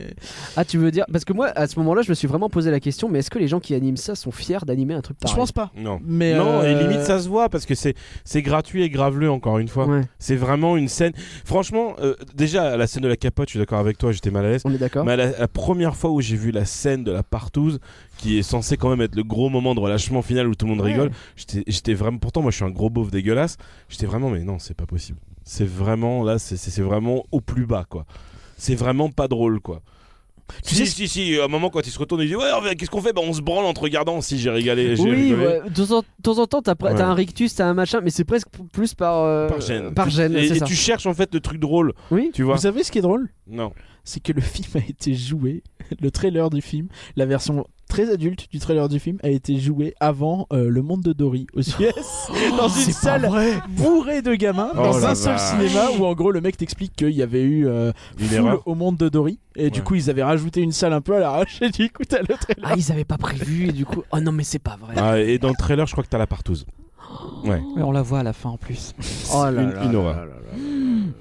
Ah, tu veux dire Parce que moi, à ce moment-là, je me suis vraiment posé la question. Mais est-ce que les gens qui animent ça sont fiers d'animer un truc Je pareil pense pas. Non. Mais non, euh, et limite ça se voit parce que c'est c'est gratuit et graveleux encore une fois. Ouais, C'est vraiment une scène. Franchement, euh, déjà la scène de la capote, je suis d'accord avec toi, j'étais mal à l'aise. on est d'accord. Mais la, la première fois où j'ai vu la scène de la partouze, qui est censée quand même être le gros moment de relâchement final où tout le monde rigole, j'étais- j'étais vraiment. Pourtant, moi, je suis un gros beauf dégueulasse. J'étais vraiment, mais non, c'est pas possible. C'est vraiment là, c'est- c'est c'est vraiment au plus bas, quoi. C'est vraiment pas drôle, quoi. Tu si, sais- si, si, à un moment, quand il se retourne, il dit Ouais, on- qu'est-ce qu'on fait Bah, on se branle en te regardant. Si, j'ai régalé. j'ai Oui, rigolé. ouais, de temps en- de temps en temps, t'as pre- Ouais. t'as un rictus, t'as un machin, mais c'est presque p- plus par, euh, Par gêne. Par gêne, et, c'est et ça. tu cherches en fait le truc drôle, Oui. tu vois Vous savez ce qui est drôle Non. c'est que le film a été joué, le trailer du film, la version très adulte du trailer du film a été jouée avant euh, Le Monde de Dory aux US, dans une salle bourrée de gamins, Oh dans la un seul vache. cinéma où en gros le mec t'explique qu'il y avait eu euh, Une foule erreur. au Monde de Dory et du Ouais. coup ils avaient rajouté une salle un peu à l'arrache et du coup t'as le trailer. Ah, ils avaient pas prévu, et du coup. Oh non, mais c'est pas vrai. Ah, et dans le trailer, je crois que t'as la partouze. Ouais. Mais on la voit à la fin en plus. Oh là une, là une là horreur. là là là.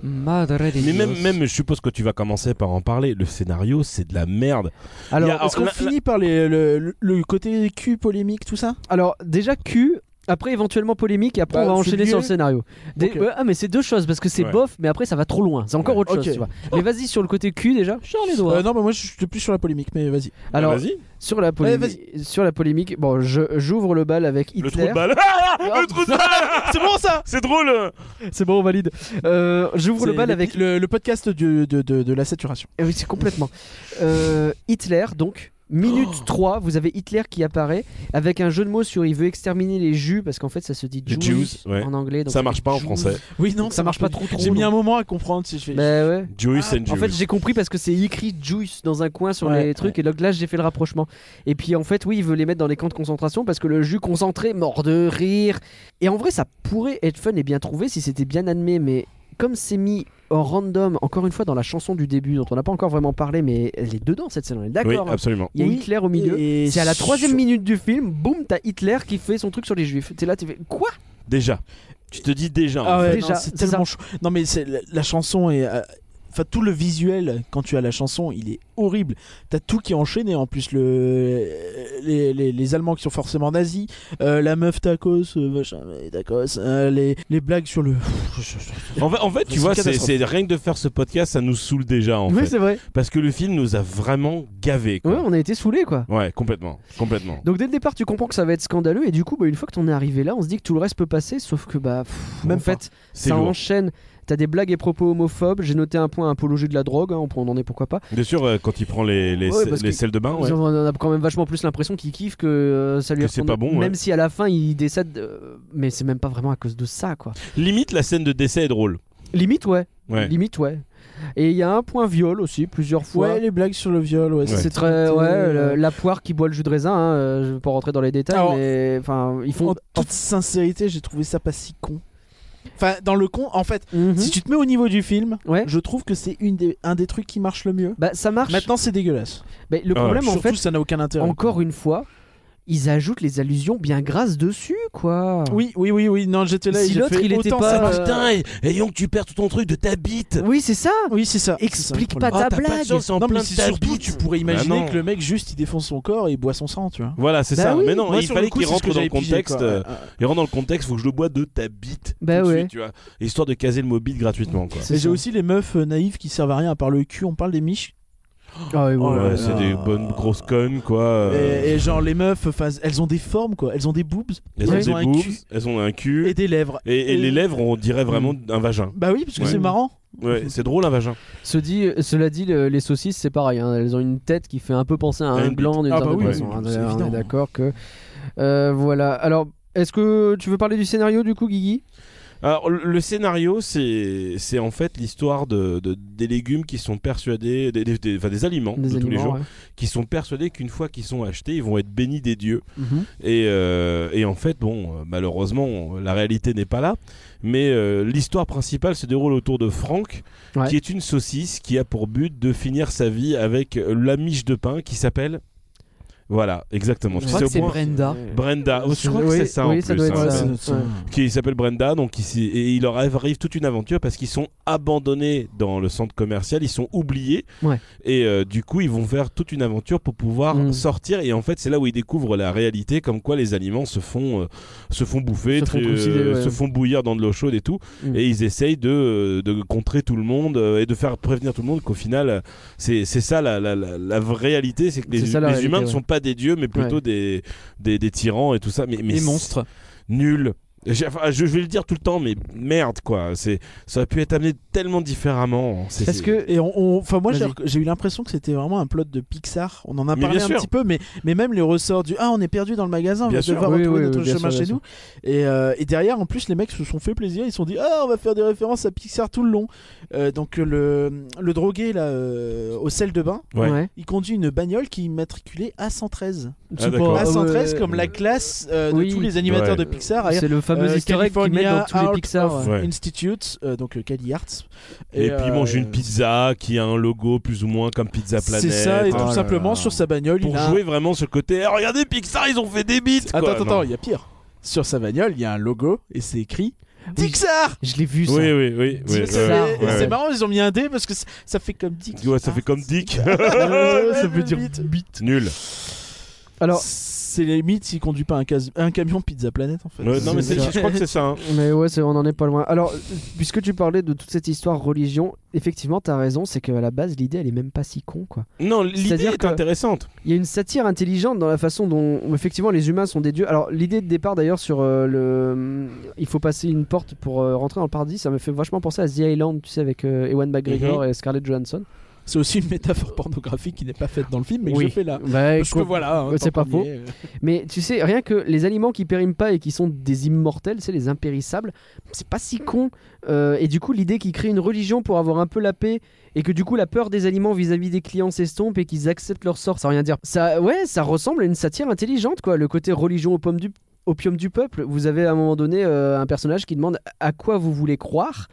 Madre de Mais Dios. même, même, je suppose que tu vas commencer par en parler. Le scénario, c'est de la merde. Alors, Il y a- Est-ce qu'on la- finit par les- le, le- le côté cul polémique tout ça Alors déjà Q, après éventuellement polémique, et après Bah, on va c'est enchaîner mieux. sur le scénario. Des- Ok. ouais, ah mais c'est deux choses parce que c'est Ouais. bof, mais après ça va trop loin. C'est encore Ouais. autre chose, Ok. tu vois. Mais vas-y sur le côté Q déjà. Je sors les doigts. Euh, Non mais moi je suis plus sur la polémique mais vas-y. Alors vas-y. sur la polémique, sur la polémique, bon, je j'ouvre le bal avec Le trou Hitler. de balle. Ah, le trou de balle. Ah, C'est bon ça C'est drôle. c'est bon, on valide. Euh, j'ouvre le C'est bal le- avec le, le podcast du- de- de- de la saturation. Eh Oui, c'est complètement. Euh, Hitler, donc. Minute Oh. 3, vous avez Hitler qui apparaît avec un jeu de mots sur il veut exterminer les Jus parce qu'en fait ça se dit Les Jews Jews, ouais. en anglais. donc Ah, ça fait marche pas en Jews. français. Oui, non, Ça marche pas trop, trop, J'ai mis non. un moment à comprendre si je fais. Bah ouais. Jewish and En fait, Jews. j'ai compris parce que c'est écrit Juice dans un coin sur Ouais, les trucs, et donc là j'ai fait le rapprochement. Et puis en fait, oui, il veut les mettre dans les camps de concentration parce que le jus concentré, mort de rire. Et en vrai, ça pourrait être fun et bien trouvé si c'était bien admis, mais comme c'est mis en random, encore une fois, dans la chanson du début, dont on n'a pas encore vraiment parlé, mais elle est dedans cette scène, on est Oui, d'accord. hein. absolument. il y a Oui, Hitler au milieu. et C'est à la sur- troisième minute du film, boum, t'as Hitler qui fait son truc sur les juifs. T'es là, tu fais quoi Déjà. Tu te dis déjà. Ah en ouais, fait. Déjà, non, c'est c'est tellement chaud. Non mais c'est la, la chanson est euh, enfin tout le visuel quand tu as la chanson, il est horrible. T'as tout qui est enchaîné en plus le les, les- les Allemands qui sont forcément nazis, euh, la meuf tacos, euh, machin, euh, tacos, euh, les, les blagues sur le En fait, en fait, C'est tu vois, une c'est catastrophe. c'est- rien que de faire ce podcast, ça nous saoule déjà en Oui, fait. c'est vrai. Parce que le film nous a vraiment gavé. Ouais, Quoi. on a été saoulés quoi. Ouais, complètement, complètement. Donc dès le départ, tu comprends que ça va être scandaleux et du coup, bah, une fois que t'en es arrivé là, on se dit que tout le reste peut passer, sauf que bah pff, Même en fait, C'est ça lourd. enchaîne. T'as des blagues et propos homophobes. J'ai noté un point apologie de la drogue. hein, on peut en donner pourquoi pas. Bien sûr, euh, quand il prend les, les, Ouais, parce les que- selles de bain, ouais. On a quand même vachement plus l'impression qu'il kiffe que euh, ça lui. Que a c'est retourné- pas bon, ouais. Même si à la fin il décède, euh, mais c'est même pas vraiment à cause de ça quoi. limite la scène de décès est drôle. Limite ouais. Ouais. Limite ouais. Et il y a un point viol aussi plusieurs fois. Ouais, les blagues sur le viol, ouais, C'est très ouais le- euh, la poire qui boit le jus de raisin. hein, euh, je vais pas rentrer dans les détails, Alors, mais enfin ils font. En toute sincérité, j'ai trouvé ça pas si con. Enfin, dans le con, en fait, Mhm. si tu te mets au niveau du film, Ouais. je trouve que c'est une des, un des trucs qui marche le mieux. Bah ça marche. Maintenant, c'est dégueulasse. Mais le Ah ouais. problème en Surtout, fait, ça n'a aucun intérêt. encore une fois, ils ajoutent les allusions bien grasses dessus quoi. Oui, oui, oui, oui. Non, j'étais là. et Si j'ai l'autre, fait, il était autant pas, ça marche. euh, et, ayons que tu perds tout ton truc de ta bite. Oui, c'est ça. Oui, c'est ça. Explique pas Ah, ta t'as pas de blague. chance, c'est en Non, plein mais de c'est ta surtout, bite. tu pourrais Bah imaginer non. que le mec juste il défonce son corps et il boit son sang, tu vois. Voilà, c'est Bah ça. oui, Mais non, Moi, il sur le fallait coup, qu'il c'est ce rentre que dans le j'avais pigé, contexte. quoi. euh, Il rentre dans le contexte, faut que je le bois de ta bite. Bah tout de ouais. suite, tu vois. Histoire de caser le mobile gratuitement, quoi. C'est Et j'ai ça. aussi les meufs euh, naïves qui servent à rien à part le cul. On parle des miches. Ah oui, bon. Oh là Ouais, là. c'est des bonnes grosses connes, quoi. euh, Et, et genre les meufs, enfin, elles ont des formes quoi. Elles ont des boobs elles, elles ont ont un des boobs, cul. elles ont un cul. et Et, des lèvres. et les lèvres, on dirait vraiment un vagin. Bah oui, parce que Ouais. c'est marrant. Ouais, c'est drôle un vagin. Ce dit, cela dit, le- les saucisses c'est pareil. hein, Elles ont une tête qui fait un peu penser à Ah, un une gland d'une Ah, bah certaine oui, façon. oui, hein, c'est on évident. est d'accord que Euh, voilà. Alors, est-ce que tu veux parler du scénario du coup, Guigui Alors, le le scénario, c'est c'est en fait l'histoire de, de- des légumes qui sont persuadés, des, des- des- enfin, des aliments de tous les aliments, jours, ouais. qui sont persuadés qu'une fois qu'ils sont achetés, ils vont être bénis des dieux. Mhm. Et, euh, et en fait, bon, euh, malheureusement, on- la réalité n'est pas là. Mais euh, l'histoire principale se déroule autour de Franck, Ouais. qui est une saucisse qui a pour but de finir sa vie avec euh, la miche de pain qui s'appelle. Voilà, exactement. Je crois que au c'est point- Brenda. Brenda. Oh, je crois Oui, que c'est ça oui, en ça plus. doit être hein. ça. c'est Ouais. notre- c'est- Qui s'appelle Brenda, donc ils- et il leur arrive toute une aventure parce qu'ils sont abandonnés dans le centre commercial, ils sont oubliés, Ouais. et euh, du coup ils vont faire toute une aventure pour pouvoir Mm. sortir. Et en fait c'est là où ils découvrent la réalité, comme quoi les aliments se font euh, se font bouffer, Se font très- considérer, euh, ouais. se font bouillir dans de l'eau chaude et tout, Mm. et ils essayent de, euh, de contrer tout le monde euh, et de faire prévenir tout le monde qu'au final euh, c'est c'est ça la, la, la, la vraie réalité, c'est que les, C'est ça, la les réalité, humains ne ouais. sont pas des dieux mais plutôt des, des des tyrans et tout ça. Mais mais Ah, Des monstres. nul. J'ai- enfin, je, je vais le dire tout le temps, mais merde quoi. C'est, ça aurait pu être amené tellement différemment. C'est, Est-ce c'est- que Et on, on- enfin moi j'ai Vas-y. j'ai eu l'impression que c'était vraiment un plot de Pixar. On en a Mais parlé bien un sûr. petit peu, mais mais même les ressorts du ah on est perdu dans le magasin, on Bien va sûr. devoir Oui, retrouver oui, notre oui, bien chemin sûr, chez bien nous. Et, euh, et derrière en plus les mecs se sont fait plaisir, ils se sont dit ah on va faire des références à Pixar tout le long. Euh, donc euh, le le drogué là euh, au sel de bain, Ouais. ouais. il conduit une bagnole qui est immatriculée A113. Ah, d'accord. Ah, A113 ouais. Bah, comme la classe euh, de Oui. tous les animateurs Ouais. de Pixar. C'est le fameux euh, easter egg qu'ils mettent California dans tous les Art Pixar. of ouais. ouais. Ouais. Institute, euh, donc euh, Cali Arts. Et, puis il mange euh, une pizza qui a un logo plus ou moins comme Pizza Planet. C'est ça, et Ah hein, tout simplement sur sa bagnole, pour il a. un- jouer vraiment ce côté. Eh, regardez Pixar, ils ont fait des bits. Attends, quoi. attends, Non. attends, il y a pire. Sur sa bagnole, il y a un logo et c'est écrit Dixar. Je l'ai vu ça. Oui, oui, oui. oui, Dixar. ouais, Dixar. Et ouais, C'est ouais. marrant, ils ont mis un D parce que c- ça fait comme Dick. Ah, Ouais, ça fait comme Dick. ça veut dire bit. Nul. Alors, C'est limite s'il conduit pas un, cas- un camion Pizza Planet en fait. Ouais, non mais C'est c'est- ça. je crois que c'est ça. hein. Mais ouais, c'est- on en est pas loin. Alors, euh, puisque tu parlais de toute cette histoire religion, effectivement, t'as raison, c'est qu'à la base, l'idée, elle est même pas si con, quoi. Non, l'idée C'est-à-dire est que- intéressante. Il y a une satire intelligente dans la façon dont, où, effectivement, les humains sont des dieux. Alors, l'idée de départ, d'ailleurs, sur euh, le. Il faut passer une porte pour euh, rentrer dans le paradis, ça me fait vachement penser à The Island, tu sais, avec euh, Ewan McGregor Mhm. et Scarlett Johansson. C'est aussi une métaphore pornographique qui n'est pas faite dans le film, mais Oui. que je fais là. Bah, Parce que quoi- voilà, hein, Ouais, c'est tant pas qu'on y faux. est, euh. Mais tu sais, rien que les aliments qui périment pas et qui sont des immortels, c'est les impérissables, c'est pas si con. Euh, et du coup, l'idée qu'ils créent une religion pour avoir un peu la paix et que du coup la peur des aliments vis-à-vis des clients s'estompe et qu'ils acceptent leur sort, ça veut rien dire. Ça, ouais, ça ressemble à une satire intelligente, quoi. Le côté religion aux pommes du opium du peuple, vous avez à un moment donné euh, un personnage qui demande à quoi vous voulez croire.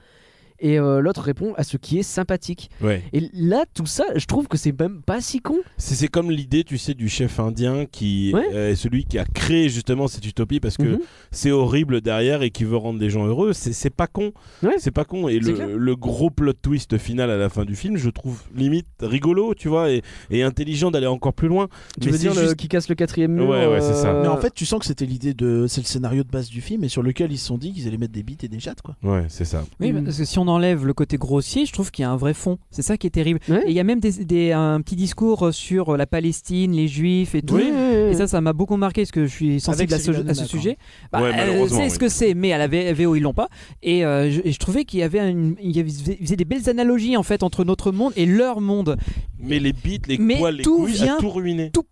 et euh, l'autre répond à ce qui est sympathique. Ouais. Et là, tout ça, je trouve que c'est même pas si con. C'est c'est comme l'idée, tu sais, du chef indien qui Ouais. euh, est celui qui a créé justement cette utopie parce que Mhm. c'est horrible derrière et qui veut rendre les gens heureux. C'est c'est pas con. Ouais. C'est pas con. Et C'est clair. le, le gros plot twist final à la fin du film, je trouve limite rigolo, tu vois, et, et intelligent d'aller encore plus loin. Tu Mais veux c'est dire le- juste- qui casse le quatrième mur Ouais, ouais, c'est ça. euh, Mais en fait, tu sens que c'était l'idée de. C'est le scénario de base du film et sur lequel ils se sont dit qu'ils allaient mettre des bites et des chattes, quoi. Ouais, c'est ça. Oui, Oui, bah, Mm. parce que si on enlève le côté grossier, je trouve qu'il y a un vrai fond. C'est ça qui est terrible. Ouais. Et il y a même des, des- un petit discours euh, sur euh, la Palestine, les Juifs et tout. Ouais, ouais, ouais. Et ça, ça m'a beaucoup marqué parce que je suis sensible Avec à ce, Cyril à ce Hanouna, sujet. quoi. Ouais, euh, malheureusement, c'est oui. ce que c'est, mais à la V- VO, ils l'ont pas. Et, euh, je, et je trouvais qu'il y avait une, il y avait- il faisait des belles analogies en fait entre notre monde et leur monde. Mais les beats, les Mais poils, les tout couilles, vient- a tout ruiné. Tout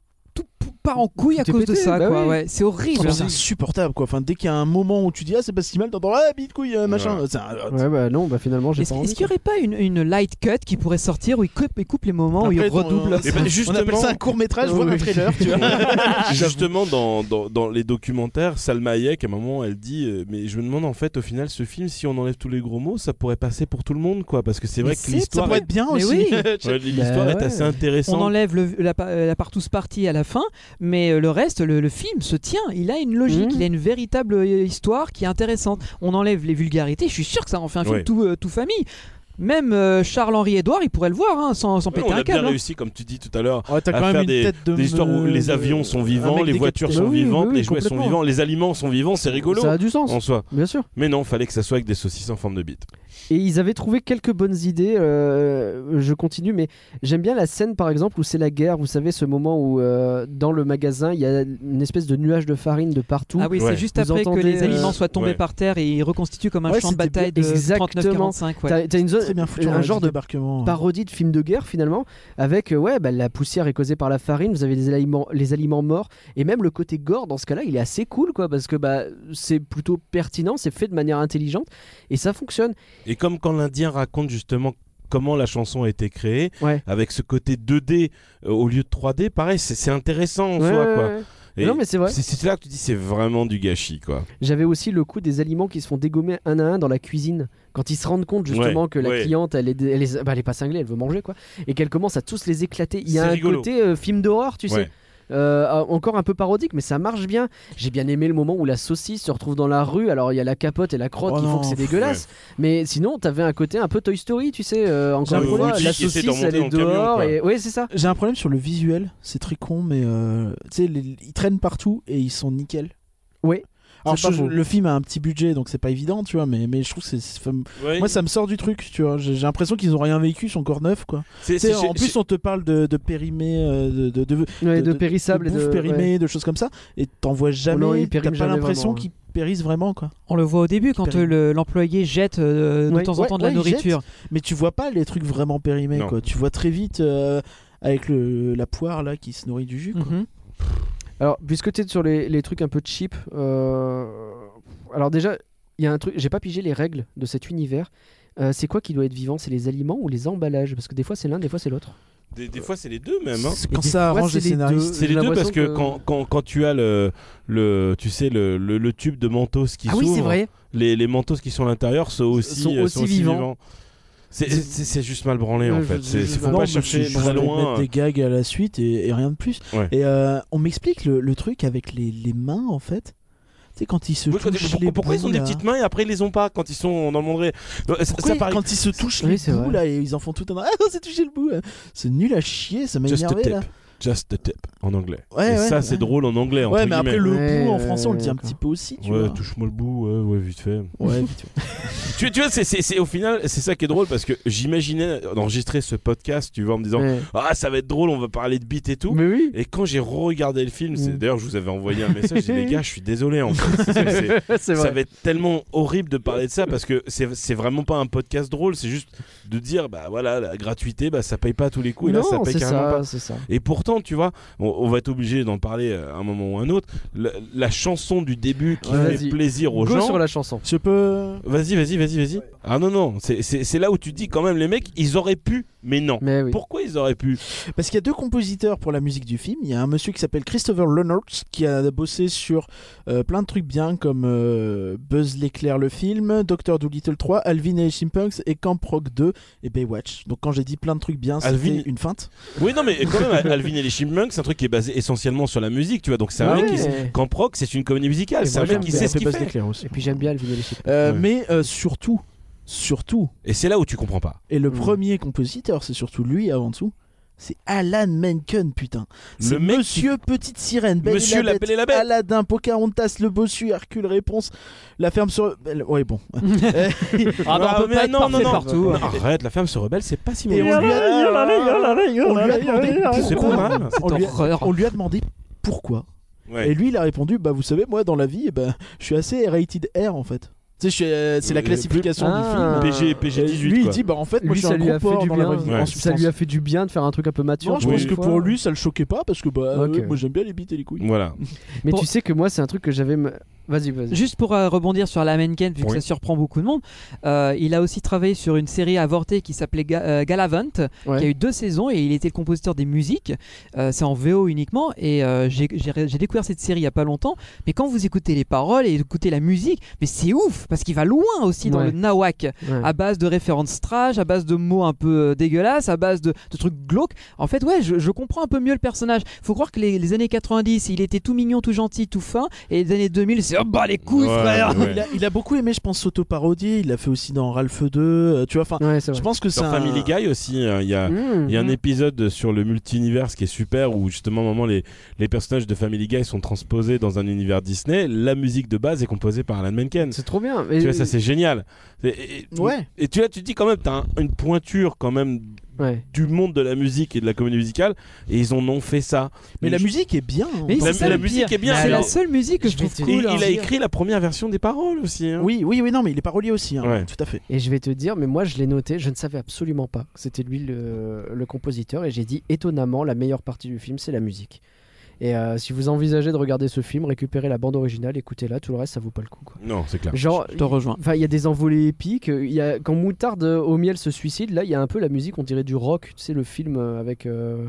p- part en couille à Tout est cause de pété, ça, bah quoi. oui. Ouais, c'est horrible. C'est insupportable, quoi. Enfin, dès qu'il y a un moment où tu dis Ah, c'est pas si mal, t'entends Ah, bite couille, euh, machin. C'est un- Ouais, bah non, bah finalement, j'ai Est-ce pas est-ce envie. qu'il n'y aurait pas une, une light cut qui pourrait sortir où ils coupent, ils coupent les moments où Après, ils dans- redoublent leur- Eh ben, euh, On appelle justement- ça un court métrage, Oh, voire un oui. trailer, tu vois. Justement, dans, dans, dans les documentaires, Salma Hayek, à un moment, elle dit euh, Mais je me demande, en fait, au final, ce film, si on enlève tous les gros mots, ça pourrait passer pour tout le monde, quoi. Parce que c'est vrai Mais que c'est- Ça l'histoire pourrait est... être bien Mais aussi. oui. ouais, l'histoire Bah est ouais. assez intéressante. On enlève le, la, pa- euh, la partous partie à la fin, mais euh, le reste, le, le film se tient. Il a une logique, Mmh. Mhm. il a une véritable euh, histoire qui est intéressante. On enlève les vulgarités, je suis sûr que ça en fait un film Ouais. tout, euh, tout famille. Même euh, Charles-Henri Edouard, il pourrait le voir hein, sans, sans Ouais, péter on un a bien câble. hein. réussi, comme tu dis tout à l'heure, Ouais, Ah, t'as à quand même faire une des, tête de des histoires où me- les avions sont vivants, mec les décapité. voitures Bah sont oui, vivantes, bah oui, les jouets sont complètement. vivants, les aliments sont vivants, c'est rigolo Ça a du sens, en soi. bien sûr. Mais non, fallait que ça soit avec des saucisses en forme de bite. Et ils avaient trouvé quelques bonnes idées. euh, je continue, mais j'aime bien la scène, par exemple, où c'est la guerre. Vous savez, ce moment où euh, dans le magasin, il y a une espèce de nuage de farine de partout. Ah oui, Ouais. c'est juste Vous après que entendez, les euh, aliments soient tombés ouais. par terre et ils reconstituent comme un Ouais, champ de c'était bataille de bien- exactement. 39-45. ouais. T'as- t'as une zone, Très bien foutu, un ouais, genre du de débarquement. parodie de film de guerre finalement avec euh, ouais bah, la poussière est causée par la farine vous avez les aliments les aliments morts et même le côté gore dans ce cas là il est assez cool quoi parce que bah c'est plutôt pertinent c'est fait de manière intelligente et ça fonctionne Et comme quand l'Indien raconte justement comment la chanson a été créée, Ouais. avec ce côté 2D euh, au lieu de 3D, pareil, c'est c'est intéressant en Ouais, soi, ouais, quoi. ouais. Et non mais c'est vrai c'est- C'est là que tu dis c'est vraiment du gâchis quoi. j'avais aussi le coup des aliments qui se font dégommer un à un dans la cuisine quand ils se rendent compte justement Ouais, que la ouais. cliente elle est, dé- elle, est- bah, elle est pas cinglée elle veut manger quoi et qu'elle commence à tous les éclater il y a C'est un rigolo. côté euh, film d'horreur tu sais Ouais. Euh, encore un peu parodique, mais ça marche bien. J'ai bien aimé le moment où la saucisse se retrouve dans la rue. Alors il y a la capote et la crotte Oh qui font non, que c'est pff, dégueulasse. Mais sinon, t'avais un côté un peu Toy Story, tu sais. euh, encore J'ai une un fois, Woody la qui essaie de saucisse elle remonter est dans le camion, dehors. quoi. Et... Oui, c'est ça. J'ai un problème sur le visuel, c'est très con, mais euh, tu sais, les- ils traînent partout et ils sont nickel. Oui. Alors, C'est pas je- faux. le film a un petit budget, donc c'est pas évident, tu vois, mais, mais je trouve que c'est- c'est. enfin, Ouais, Moi, ça me sort du truc, tu vois. J'ai j'ai l'impression qu'ils ont rien vécu, ils sont encore neufs, quoi. c'est- Tu sais, c'est- en plus, on te parle de, de périmé, euh, de, de, de, Ouais, de- de, de- périssable de et de. Oh bouffe périmée, de choses comme ça, et t'en vois non, jamais, ils t'as périment pas jamais l'impression vraiment, hein. qu'ils périssent vraiment, quoi. On le voit au début quand Péril. euh, le- l'employé jette euh, de Ouais. temps en Ouais, temps de la ouais, il jette. nourriture. Mais tu vois pas les trucs vraiment périmés, Non. quoi. Tu vois très vite euh, avec le, la poire, là, qui se nourrit du jus, quoi. Mhm. Alors, puisque t'es sur les, les trucs un peu cheap, euh, alors déjà, il y a un truc. J'ai pas pigé les règles de cet univers. Euh, c'est quoi qui doit être vivant C'est les aliments ou les emballages Parce que des fois c'est l'un, des fois c'est l'autre. Des, des fois c'est les deux même. hein. C'est Quand Et des ça fois, arrange c'est les les deux. scénaristes. C'est les J'ai deux parce l'impression que, que- Quand, quand, quand tu as le, le tu sais le, le, le tube de mentos qui ah oui, s'ouvre, c'est vrai. les, les mentos qui sont à l'intérieur sont aussi, Sont euh, aussi vivants. C'est- C'est c'est juste mal Euh, branlé en Ouais, fait. je- C'est- je- c'est- je- Faut non, pas mais chercher je- je très voulais loin. mettre des gags à la suite et, et rien de plus. Ouais. Et euh, on m'explique le, le truc avec les, les mains en fait. Tu sais quand ils se Oui, quand- touchent pourquoi les pourquoi ils ont bouts, des là. hein. petites mains et après ils les ont pas quand ils sont dans le monde réel Non, ça- Pourquoi Ça paraît quand ils se touchent Oui, les c'est bouts vrai. là et ils en font tout un ah c'est touché le bout. hein. C'est nul à chier, ça m'a Just a énervé tip. là. Just a tip en anglais. Ouais, et ouais, ça c'est ouais. drôle en anglais. entre Ouais, mais après guillemets. le Ouais, bout en ouais, français on le dit un d'accord. petit peu aussi, tu Ouais, vois. touche-moi le bout, ouais, ouais, vite fait. Ouais, vite fait. Tu, tu vois, c'est- c'est c'est- au final, c'est ça qui est drôle parce que j'imaginais d'enregistrer ce podcast, tu vois, en me disant Ouais. Ah, ça va être drôle, on va parler de beat et tout. Mais oui. Et quand j'ai regardé le film, c'est Mm. d'ailleurs, je vous avais envoyé un message, j'ai dit, les gars, je suis désolé en fait. C'est- c'est- c'est- c'est ça vrai. va être tellement horrible de parler de ça parce que c'est c'est vraiment pas un podcast drôle, c'est juste de dire bah voilà, la gratuité, bah ça paye pas à tous les coups et là ça non, paye c'est carrément ça, pas. c'est ça. Et pourtant, tu vois, on, on va être obligé d'en parler euh, à un moment ou à un autre. La, la chanson du début qui Ouais, vas-y. fait plaisir aux Go gens. sur la chanson. Je peux Vas-y, vas-y, vas-y, vas-y. Ah non, non, c'est- c'est c'est là où tu dis quand même, les mecs, ils auraient pu Mais non. Mais oui. Pourquoi ils auraient pu Parce qu'il y a deux compositeurs pour la musique du film. Il y a un monsieur qui s'appelle Christopher Leonard qui a bossé sur euh, plein de trucs bien comme euh, Buzz l'éclair le film, Doctor Dolittle 3, Alvin et les Chipmunks et Camp Rock 2 et Baywatch. Donc quand j'ai dit plein de trucs bien, Alvin- c'était une feinte. Oui, non, mais quand même, Alvin et les Chipmunks, c'est un truc qui est basé essentiellement sur la musique, tu vois. Donc c'est un Ah Ouais. mec qui. s- Camp Rock, c'est une comédie musicale. Et C'est un moi, mec j'aime qui bien. sait Elle ce fait qu'il Buzz fait. l'éclair aussi. Et puis j'aime bien le vidéo des chips. Euh, Ouais. Mais euh, surtout, surtout, Et c'est là où tu comprends pas. et le Mm. premier compositeur, c'est surtout lui avant tout. C'est Alan Menken, putain. Le C'est mec Monsieur Petite Sirène, Ben, Belle et Monsieur la la Belle et la Bête. Aladdin, Pocahontas, Le Bossu, Hercule, Réponse, La Ferme sur. Belle- Ouais, bon. Ah bah, on peut mais pas être non, parfait non, non. partout. Non, arrête, la ferme se rebelle, c'est pas si Et mauvais. on lui a, on lui a demandé C'est pourquoi- pas mal. on lui a- horreur. on lui a demandé pourquoi. Ouais. Et lui, il a répondu Bah, vous savez, moi, dans la vie, eh ben, je suis assez rated R en fait. Tu sais, je suis, euh, c'est la Euh, classification plus- du Ah. film. PG, PG Et 18. lui, il quoi. dit Bah, en fait, moi, Lui, je suis ça un lui a gros fait porc du dans la bien. vraie vie, Ouais. en Ça substance. lui a fait du bien de faire un truc un peu mature. Non, je pour pense une que fois. pour lui, ça le choquait pas parce que bah, Ok. euh, moi, j'aime bien les bites et les couilles. Voilà. Mais Pour- tu sais que moi, c'est un truc que j'avais. me- Vas-y, vas-y. Juste pour euh, rebondir sur la Menken, vu que Oui. ça surprend beaucoup de monde, euh, il a aussi travaillé sur une série avortée qui s'appelait Ga- euh, Galavant, Ouais. qui a eu deux saisons et il était le compositeur des musiques. Euh, c'est en VO uniquement et euh, j'ai j'ai ré- j'ai découvert cette série il y a pas longtemps. Mais quand vous écoutez les paroles et écoutez la musique, mais c'est ouf parce qu'il va loin aussi dans Ouais. le nawak Ouais. Ah, à base de références trash, à base de mots un peu euh, dégueulasses, à base de, de trucs glauques. En fait, ouais, je, je comprends un peu mieux le personnage. Faut croire que les, les années 90, il était tout mignon, tout gentil, tout fin, et les années 2000, c'est oh bah les couilles, Ouais, frère. ouais. Il, a, il a beaucoup aimé, je pense, s'auto-parodier. Il l'a fait aussi dans Ralph 2. euh, Tu vois, enfin, Ouais, c'est je vrai. pense que c'est Dans un. Family Guy aussi, euh, il y Mm, a. Mmh. Il y a un épisode sur le multiunivers qui est super où justement à un moment les, les personnages de Family Guy sont transposés dans un univers Disney. La musique de base est composée par Alan Menken. C'est trop bien. Tu vois ça c'est génial. Et, et- et- Ouais. Et tu là tu te dis quand même t'as un- une pointure quand même Ouais. du monde de la musique et de la comédie musicale et ils en ont fait ça. Mais la Je- musique est bien. hein. Mais La- c'est ça, la le musique pire. est bien, C'est mais- la seule musique que je Je vais trouve te- Et cool. hein. il a écrit la première version des paroles aussi. hein. Oui, oui, oui, non, mais il est parolier aussi. hein. Ouais. Tout à fait. Et je vais te dire, mais moi je l'ai noté, je ne savais absolument pas que c'était lui le, le compositeur, et j'ai dit étonnamment, la meilleure partie du film, c'est la musique. Et euh, si vous envisagez de regarder ce film, récupérez la bande originale, écoutez-la, tout le reste ça vaut pas le coup. Quoi. Non c'est clair. Genre, Je te rejoins. enfin, il y a des envolées épiques, euh, il y a, quand Moutarde euh, au miel se suicide, là il y a un peu la musique, on dirait du rock, tu sais, le film euh, avec. euh,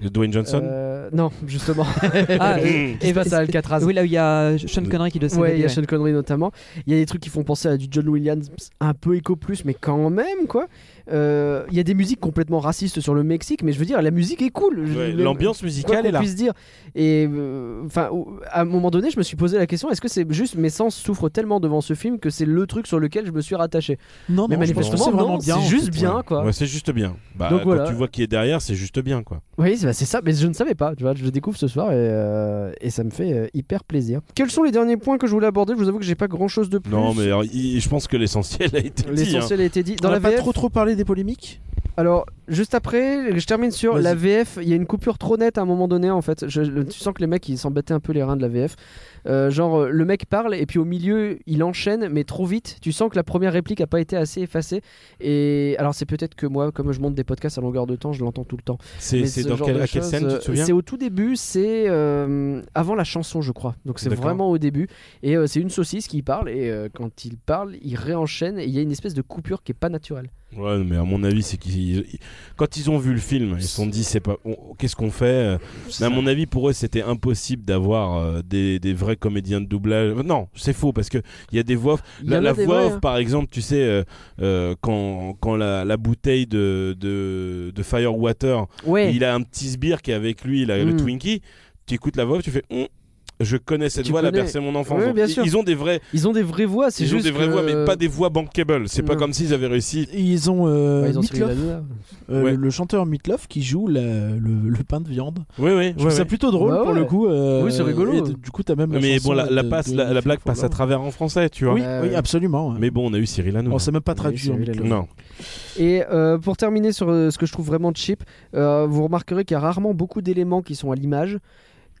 Dwayne Johnson. euh, non, justement. Ah, ah, euh, Qui se passe à Alcatraz. Oui, là où il y a euh, Sean Connery qui doit Ouais, il s'évader. y a ouais. Sean Connery notamment. Il y a des trucs qui font penser à du John Williams, un peu éco plus, mais quand même quoi. Euh, Il y a des musiques complètement racistes sur le Mexique, mais je veux dire, la musique est cool. Je- Ouais, le- L'ambiance quoi musicale qu'on est là. puisse dire. Et euh, enfin, au- à un moment donné, je me suis posé la question est-ce que c'est juste mes sens souffrent tellement devant ce film que c'est le truc sur lequel je me suis rattaché Non, Mais non, je pense que manifestement, c'est vraiment non, bien. c'est en juste fait. bien Ouais. quoi. Ouais, c'est juste bien. Bah, Donc quand voilà. tu vois qui est derrière, c'est juste bien quoi. Oui, c'est bah, c'est ça, mais je ne savais pas, tu vois, je le découvre ce soir et, euh, et ça me fait euh, hyper plaisir. Quels sont les derniers points que je voulais aborder Je vous avoue que j'ai pas grand chose de plus. Non mais alors, il- je pense que l'essentiel a été dit. hein. L'essentiel a été dit. Dans On la n'a pas VF, trop trop parlé des polémiques Alors, juste après, je termine sur Vas-y. la VF. Il y a une coupure trop nette à un moment donné, en fait. Je- je- tu sens que les mecs, ils s'embattaient un peu les reins de la VF. Euh, genre, euh, le mec parle, et puis au milieu, il enchaîne, mais trop vite. Tu sens que la première réplique a pas été assez effacée. Et alors, c'est peut-être que moi, comme je monte des podcasts à longueur de temps, je l'entends tout le temps. C'est Mais c'est ce dans genre quelle, de à quelle choses, scène tu euh, te souviens C'est au tout début, c'est euh, avant la chanson, je crois. Donc c'est D'accord. vraiment au début. Et euh, c'est une saucisse qui parle, et euh, quand il parle, il réenchaîne, et il y a une espèce de coupure qui est pas naturelle. Ouais, mais à mon avis, c'est qu'ils ils- quand ils ont vu le film, ils se sont dit c'est pas on- qu'est-ce qu'on fait euh, Mais à mon avis, pour eux, c'était impossible d'avoir euh, des, des vrais comédiens de doublage. Non, c'est faux parce que il y a des voix off. Il y La, en a la des voix vrais, off, hein. par exemple, tu sais euh, euh, quand quand la, la bouteille de de, de Firewater, hein. Ouais. il a un petit sbire qui est avec lui, il a le Mm. Twinkie. Tu écoutes la voix off, tu fais Hum, je connais cette Tu voix, la connais. bercée mon enfant. Oui, bien ils, sûr. ils ont des vrais Ils ont des vraies voix, c'est ils ont juste des vraies que- voix, mais pas des voix bankable. C'est pas Non. comme s'ils avaient réussi. Ils ont, euh, Ouais, ils ont Meat celui Loaf, euh, Ouais. le chanteur Meatloaf qui joue la- le, le pain de viande. Oui, oui. Je trouve ça plutôt drôle Bah pour ouais. le coup. euh, Oui, c'est rigolo. et de- du coup, t'as même. la mais chanson bon, la, la de- passe, de la, la Phil blague passe à Fowler. travers en français, tu vois. Oui, Oh, Euh, oui, absolument. Mais bon, on a eu Cyril Hanouna. on s'est même pas Oui, traduit. c'est en lui, la Meatloaf. non. Et euh, pour terminer sur euh, ce que je trouve vraiment cheap, euh, vous remarquerez qu'il y a rarement beaucoup d'éléments qui sont à l'image.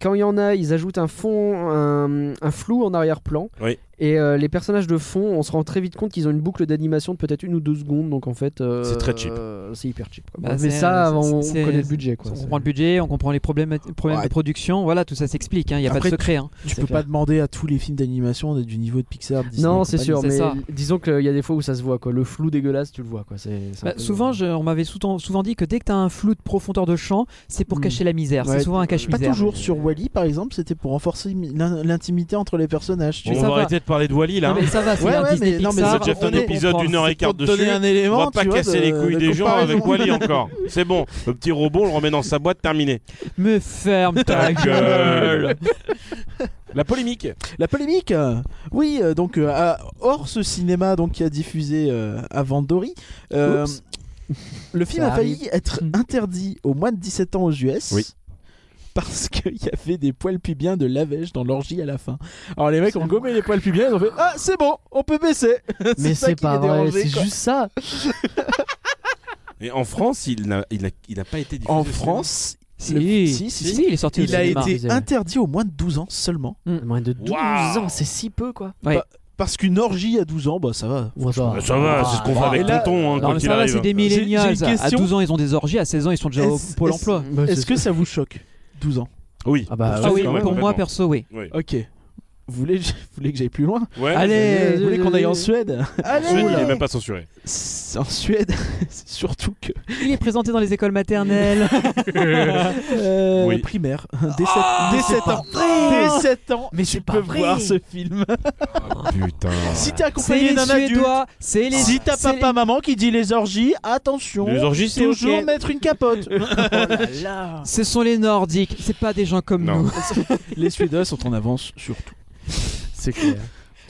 Quand il y en a, ils ajoutent un fond, un, un flou en arrière-plan. Oui. Et euh, les personnages de fond, on se rend très vite compte qu'ils ont une boucle d'animation de peut-être une ou deux secondes. Donc en fait, euh, C'est très cheap. euh, C'est hyper cheap. quoi. Bah, Ouais, c'est- mais ça, c'est- on, c'est- on connaît le budget. Quoi. On C'est- comprend le budget, on comprend les problèmes, problèmes Ouais. de production, voilà, tout ça s'explique, il n'y a Après, pas de secret. hein. Tu c'est peux clair. pas demander à tous les films d'animation d'être du niveau de Pixar. Disney non, et c'est compagnie. sûr, c'est mais ça. disons qu'il y a des fois où ça se voit. Quoi. Le flou dégueulasse, tu le vois. Quoi. c'est c'est un Bah, peu- souvent, je- on m'avait souvent, souvent dit que dès que tu as un flou de profondeur de champ, c'est pour Hmm. cacher la misère, Ouais, c'est souvent un Pas cache-misère. toujours. Sur Wally, par exemple, c'était pour renforcer l'in- l'intimité entre les personnages. tu On Mais vois. ça va va. arrêter de parler de Wally là. hein. Non, mais ça va, c'est Ouais, un ouais, Disney mais- non, mais Pixar, J'ai déjà fait un on est- épisode on d'une heure et Pour quart te donner dessus. un On élément, va pas tu vois, casser de- les couilles de des gens avec comparaison. Wally hein. encore. C'est bon, le petit robot, on le remet dans sa boîte, terminé. Me ferme ta Ta gueule gueule. La polémique. La polémique euh, Oui, euh, donc, euh, à- hors ce cinéma donc, qui a diffusé euh, avant Dory, euh, Oups. le film Ça Hmm. a failli être interdit aux moins de 17 ans aux US. Oui. Parce qu'il y avait des poils pubiens de lavage dans l'orgie à la fin. Alors les mecs ont gommé les poils pubiens, ils ont fait Ah, c'est bon, on peut baisser Mais ça c'est qui pas les vrai, dérangeait, c'est quoi. juste ça. Et en France, il n'a il a- il a pas été diffusé. En au cinéma. France, si, Le- si, si, si, il est sorti au il a cinéma. été Excusez-moi. interdit aux moins de 12 ans seulement. Moins de 12 Waouh. ans, c'est si peu quoi. Parce qu'une orgie à 12 ans, bah ça va. Ouais, ça va. Ah, Ça va, c'est ce qu'on fait avec et là- Tonton, hein, Non, quand mais il ça va, arrive. c'est des J'ai- millénials. j'ai une À question. 12 ans, ils ont des orgies, à 16 ans, ils sont déjà au Est-ce- Pôle est-ce- emploi. Bah, Est-ce c'est- que ça vous choque 12 ans Oui. Ah bah, Ah oui, quand même, pour moi, complètement. perso, oui. Ok. Vous voulez, vous voulez que j'aille plus loin Ouais. Allez, vas-y, vous voulez vas-y, qu'on aille en vas-y. Suède En Suède, il est même pas censuré. C'est- En Suède, c'est surtout que Il est présenté dans les écoles maternelles. euh, Oui. primaire, dès 7, dès 7 ans, dès 7 ans, Mais tu c'est pas peux vrai. voir ce film. Ah, Putain. si t'es c'est accompagné les d'un adulte, Suédois, c'est les. si t'as c'est les- papa maman qui dit les orgies, Oh attention, Les orgies, c'est ok. toujours mettre une capote. Ce sont les Nordiques, c'est pas des gens comme Non. nous. les Suédois sont en avance surtout. C'est clair.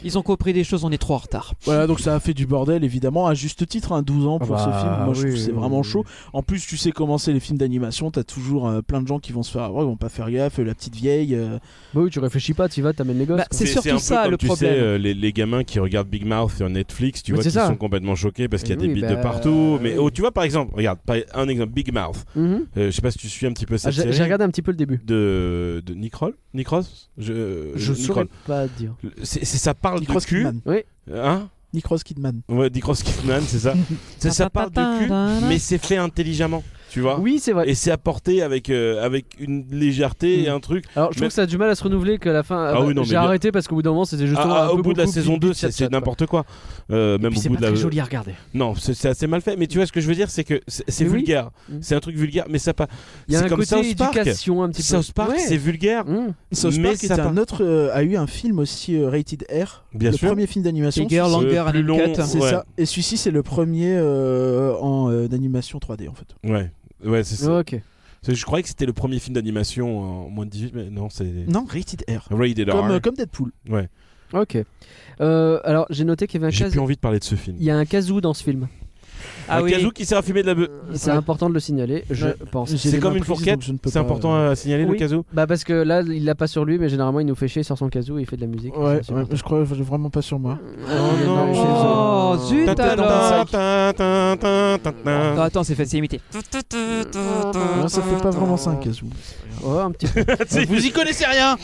Ils ont compris des choses, on est trop en retard. Voilà, donc ça a fait du bordel, évidemment, à juste titre, hein, 12 ans pour Ah bah, ce film. Moi, je oui, trouve que c'est oui, vraiment oui. chaud. En plus, tu sais comment c'est les films d'animation, t'as toujours euh, plein de gens qui vont se faire avoir, ils vont pas faire gaffe, euh, la petite vieille. euh, Bah oui, tu réfléchis pas, tu vas, t'amènes les gosses. Bah, quoi. c'est surtout un peu ça, comme, le tu problème. sais, euh, les, les gamins qui regardent Big Mouth sur Netflix, tu Mais vois, c'est qui ça. sont complètement choqués parce qu'il y a Eh des oui, bits de bah, partout. Mais oui. oh, tu vois, par exemple, regarde, par- e-, un exemple, Big Mouth. Mhm. Euh, je sais pas si tu suis un petit peu cette Ah, J'ai série. j'ai regardé un petit peu le début. De, de Nick Roll Nick Ross je, euh, Je Nick saurais Roll. pas dire. C'est, c'est- ça parle Nick Ross de cul. Kidman. Hein Nick Ross Kidman. Ouais, Nick Ross Kidman, c'est ça. ça, ça parle de cul, mais c'est fait intelligemment, tu vois. Oui, c'est vrai. Et c'est apporté avec, euh, avec une légèreté et Mm. un truc. Alors, je trouve Mais- que ça a du mal à se renouveler qu'à la fin. Ah oui, non, mais J'ai bien- arrêté parce qu'au bout d'un moment, c'était justement. Ah, ah, un au peu bout de la beaucoup saison bip, bip, 2, c'est chat, c'est chat, n'importe quoi. Euh, quoi. même au C'est bout pas de la. très joli à regarder. Non, c'est c'est assez mal fait, mais tu vois ce que je veux dire, c'est que c'est c'est Mais oui. vulgaire. Mm. C'est un truc vulgaire, mais ça pas. Il y a C'est un comme côté South Park. éducation un petit peu. South Park, Ouais. c'est vulgaire. Mmh. South Mais Park ça est un parle- autre, euh, a eu un film aussi euh, rated R. Bien le sûr. premier film d'animation. Tiger, celui-ci. Langer, plus and Uncut. long, C'est Ouais. ça. Et celui-ci, c'est le premier euh, en euh, d'animation 3D en fait. Ouais, ouais, c'est ça. Ok. C'est- Je croyais que c'était le premier film d'animation en moins de 18, mais non, c'est. Non, rated R. Mm. Rated R. Comme, euh, comme Deadpool. Ouais. Ok. Euh, alors, j'ai noté qu'il y avait un J'ai plus casou. envie de parler de ce film. Il y a un casou dans ce film. Ah un oui. casou qui sert à fumer de la beuh. C'est important de le signaler, je pense. J'ai C'est les comme mains une prises, fourchette. donc je ne peux C'est pas, important hein. euh, à signaler oui. le casou. Bah parce que là, il l'a pas sur lui, mais généralement, il nous fait chier sur son casou et il fait de la musique. Ouais, C'est ouais, super. euh, je crois vraiment pas sur moi. Il est non. dans- Oh, chez eux. zut alors Attends, Tintin. attends, c'est facile à imiter. Non, ça fait pas vraiment ça un casou. Ouais, un petit peu. Vous y connaissez rien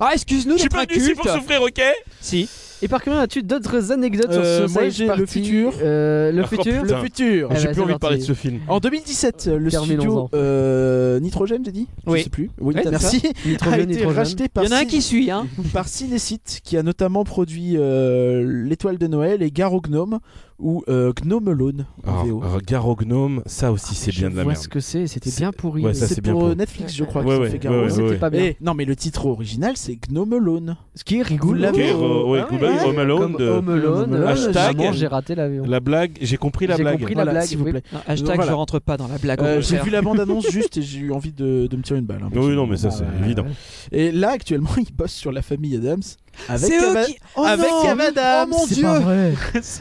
Ah, excuse-nous d'être inculte souffrir, ok Si. Et par contre, as-tu d'autres anecdotes Euh, sur ce moi, Sage j'ai le Party futur. Euh, le Oh, futur. putain. Le futur Eh J'ai ben, plus c'est envie de parler de parti. ce film. En 2017, euh, le Terminons-en. studio euh, Nitrogène, j'ai dit Oui. Je sais plus. Oui, Ouais, t'as merci. a Nitrogène, été nitrogène. racheté Il par, y en a un Cine- qui suit, hein. par Cinecite, qui a notamment produit euh, L'Étoile de Noël et Garo Gnome ou euh, Gnome Alone en VO. Alors, Garo Gnome, Ah, ça aussi c'est bien de Ah, la Je vois merde. ce que c'est, c'était C'est- bien pourri. ouais, mais ça, c'est- c'est bien pour pour- euh, Netflix, je crois, Ouais, qu'ils ont ouais, fait Garo ouais, Gnome. c'était ouais. pas bien. Eh, non, mais le titre original, c'est Gnome Alone. Ce qui est rigolo. Vous l'avez, Ok, re- ouais, Ah Good Bye, ouais, Home Alone comme de- Home Alone, euh, Hashtag. vraiment, j'ai raté l'avion. La blague, j'ai compris la J'ai blague. compris. la Voilà, blague, s'il vous oui. plaît. Non, hashtag, Donc, voilà. je rentre pas dans la blague. au Euh, j'ai contraire. vu la bande-annonce juste et j'ai eu envie de, de me tirer une balle. hein, parce Oui, que- non, mais Ah, ça c'est Ouais. évident. Et là, actuellement, il bosse sur la famille Adams. Avec C'est eux Ava- qui- Oh avec non Ava Adams. Oh mon C'est dieu pas vrai.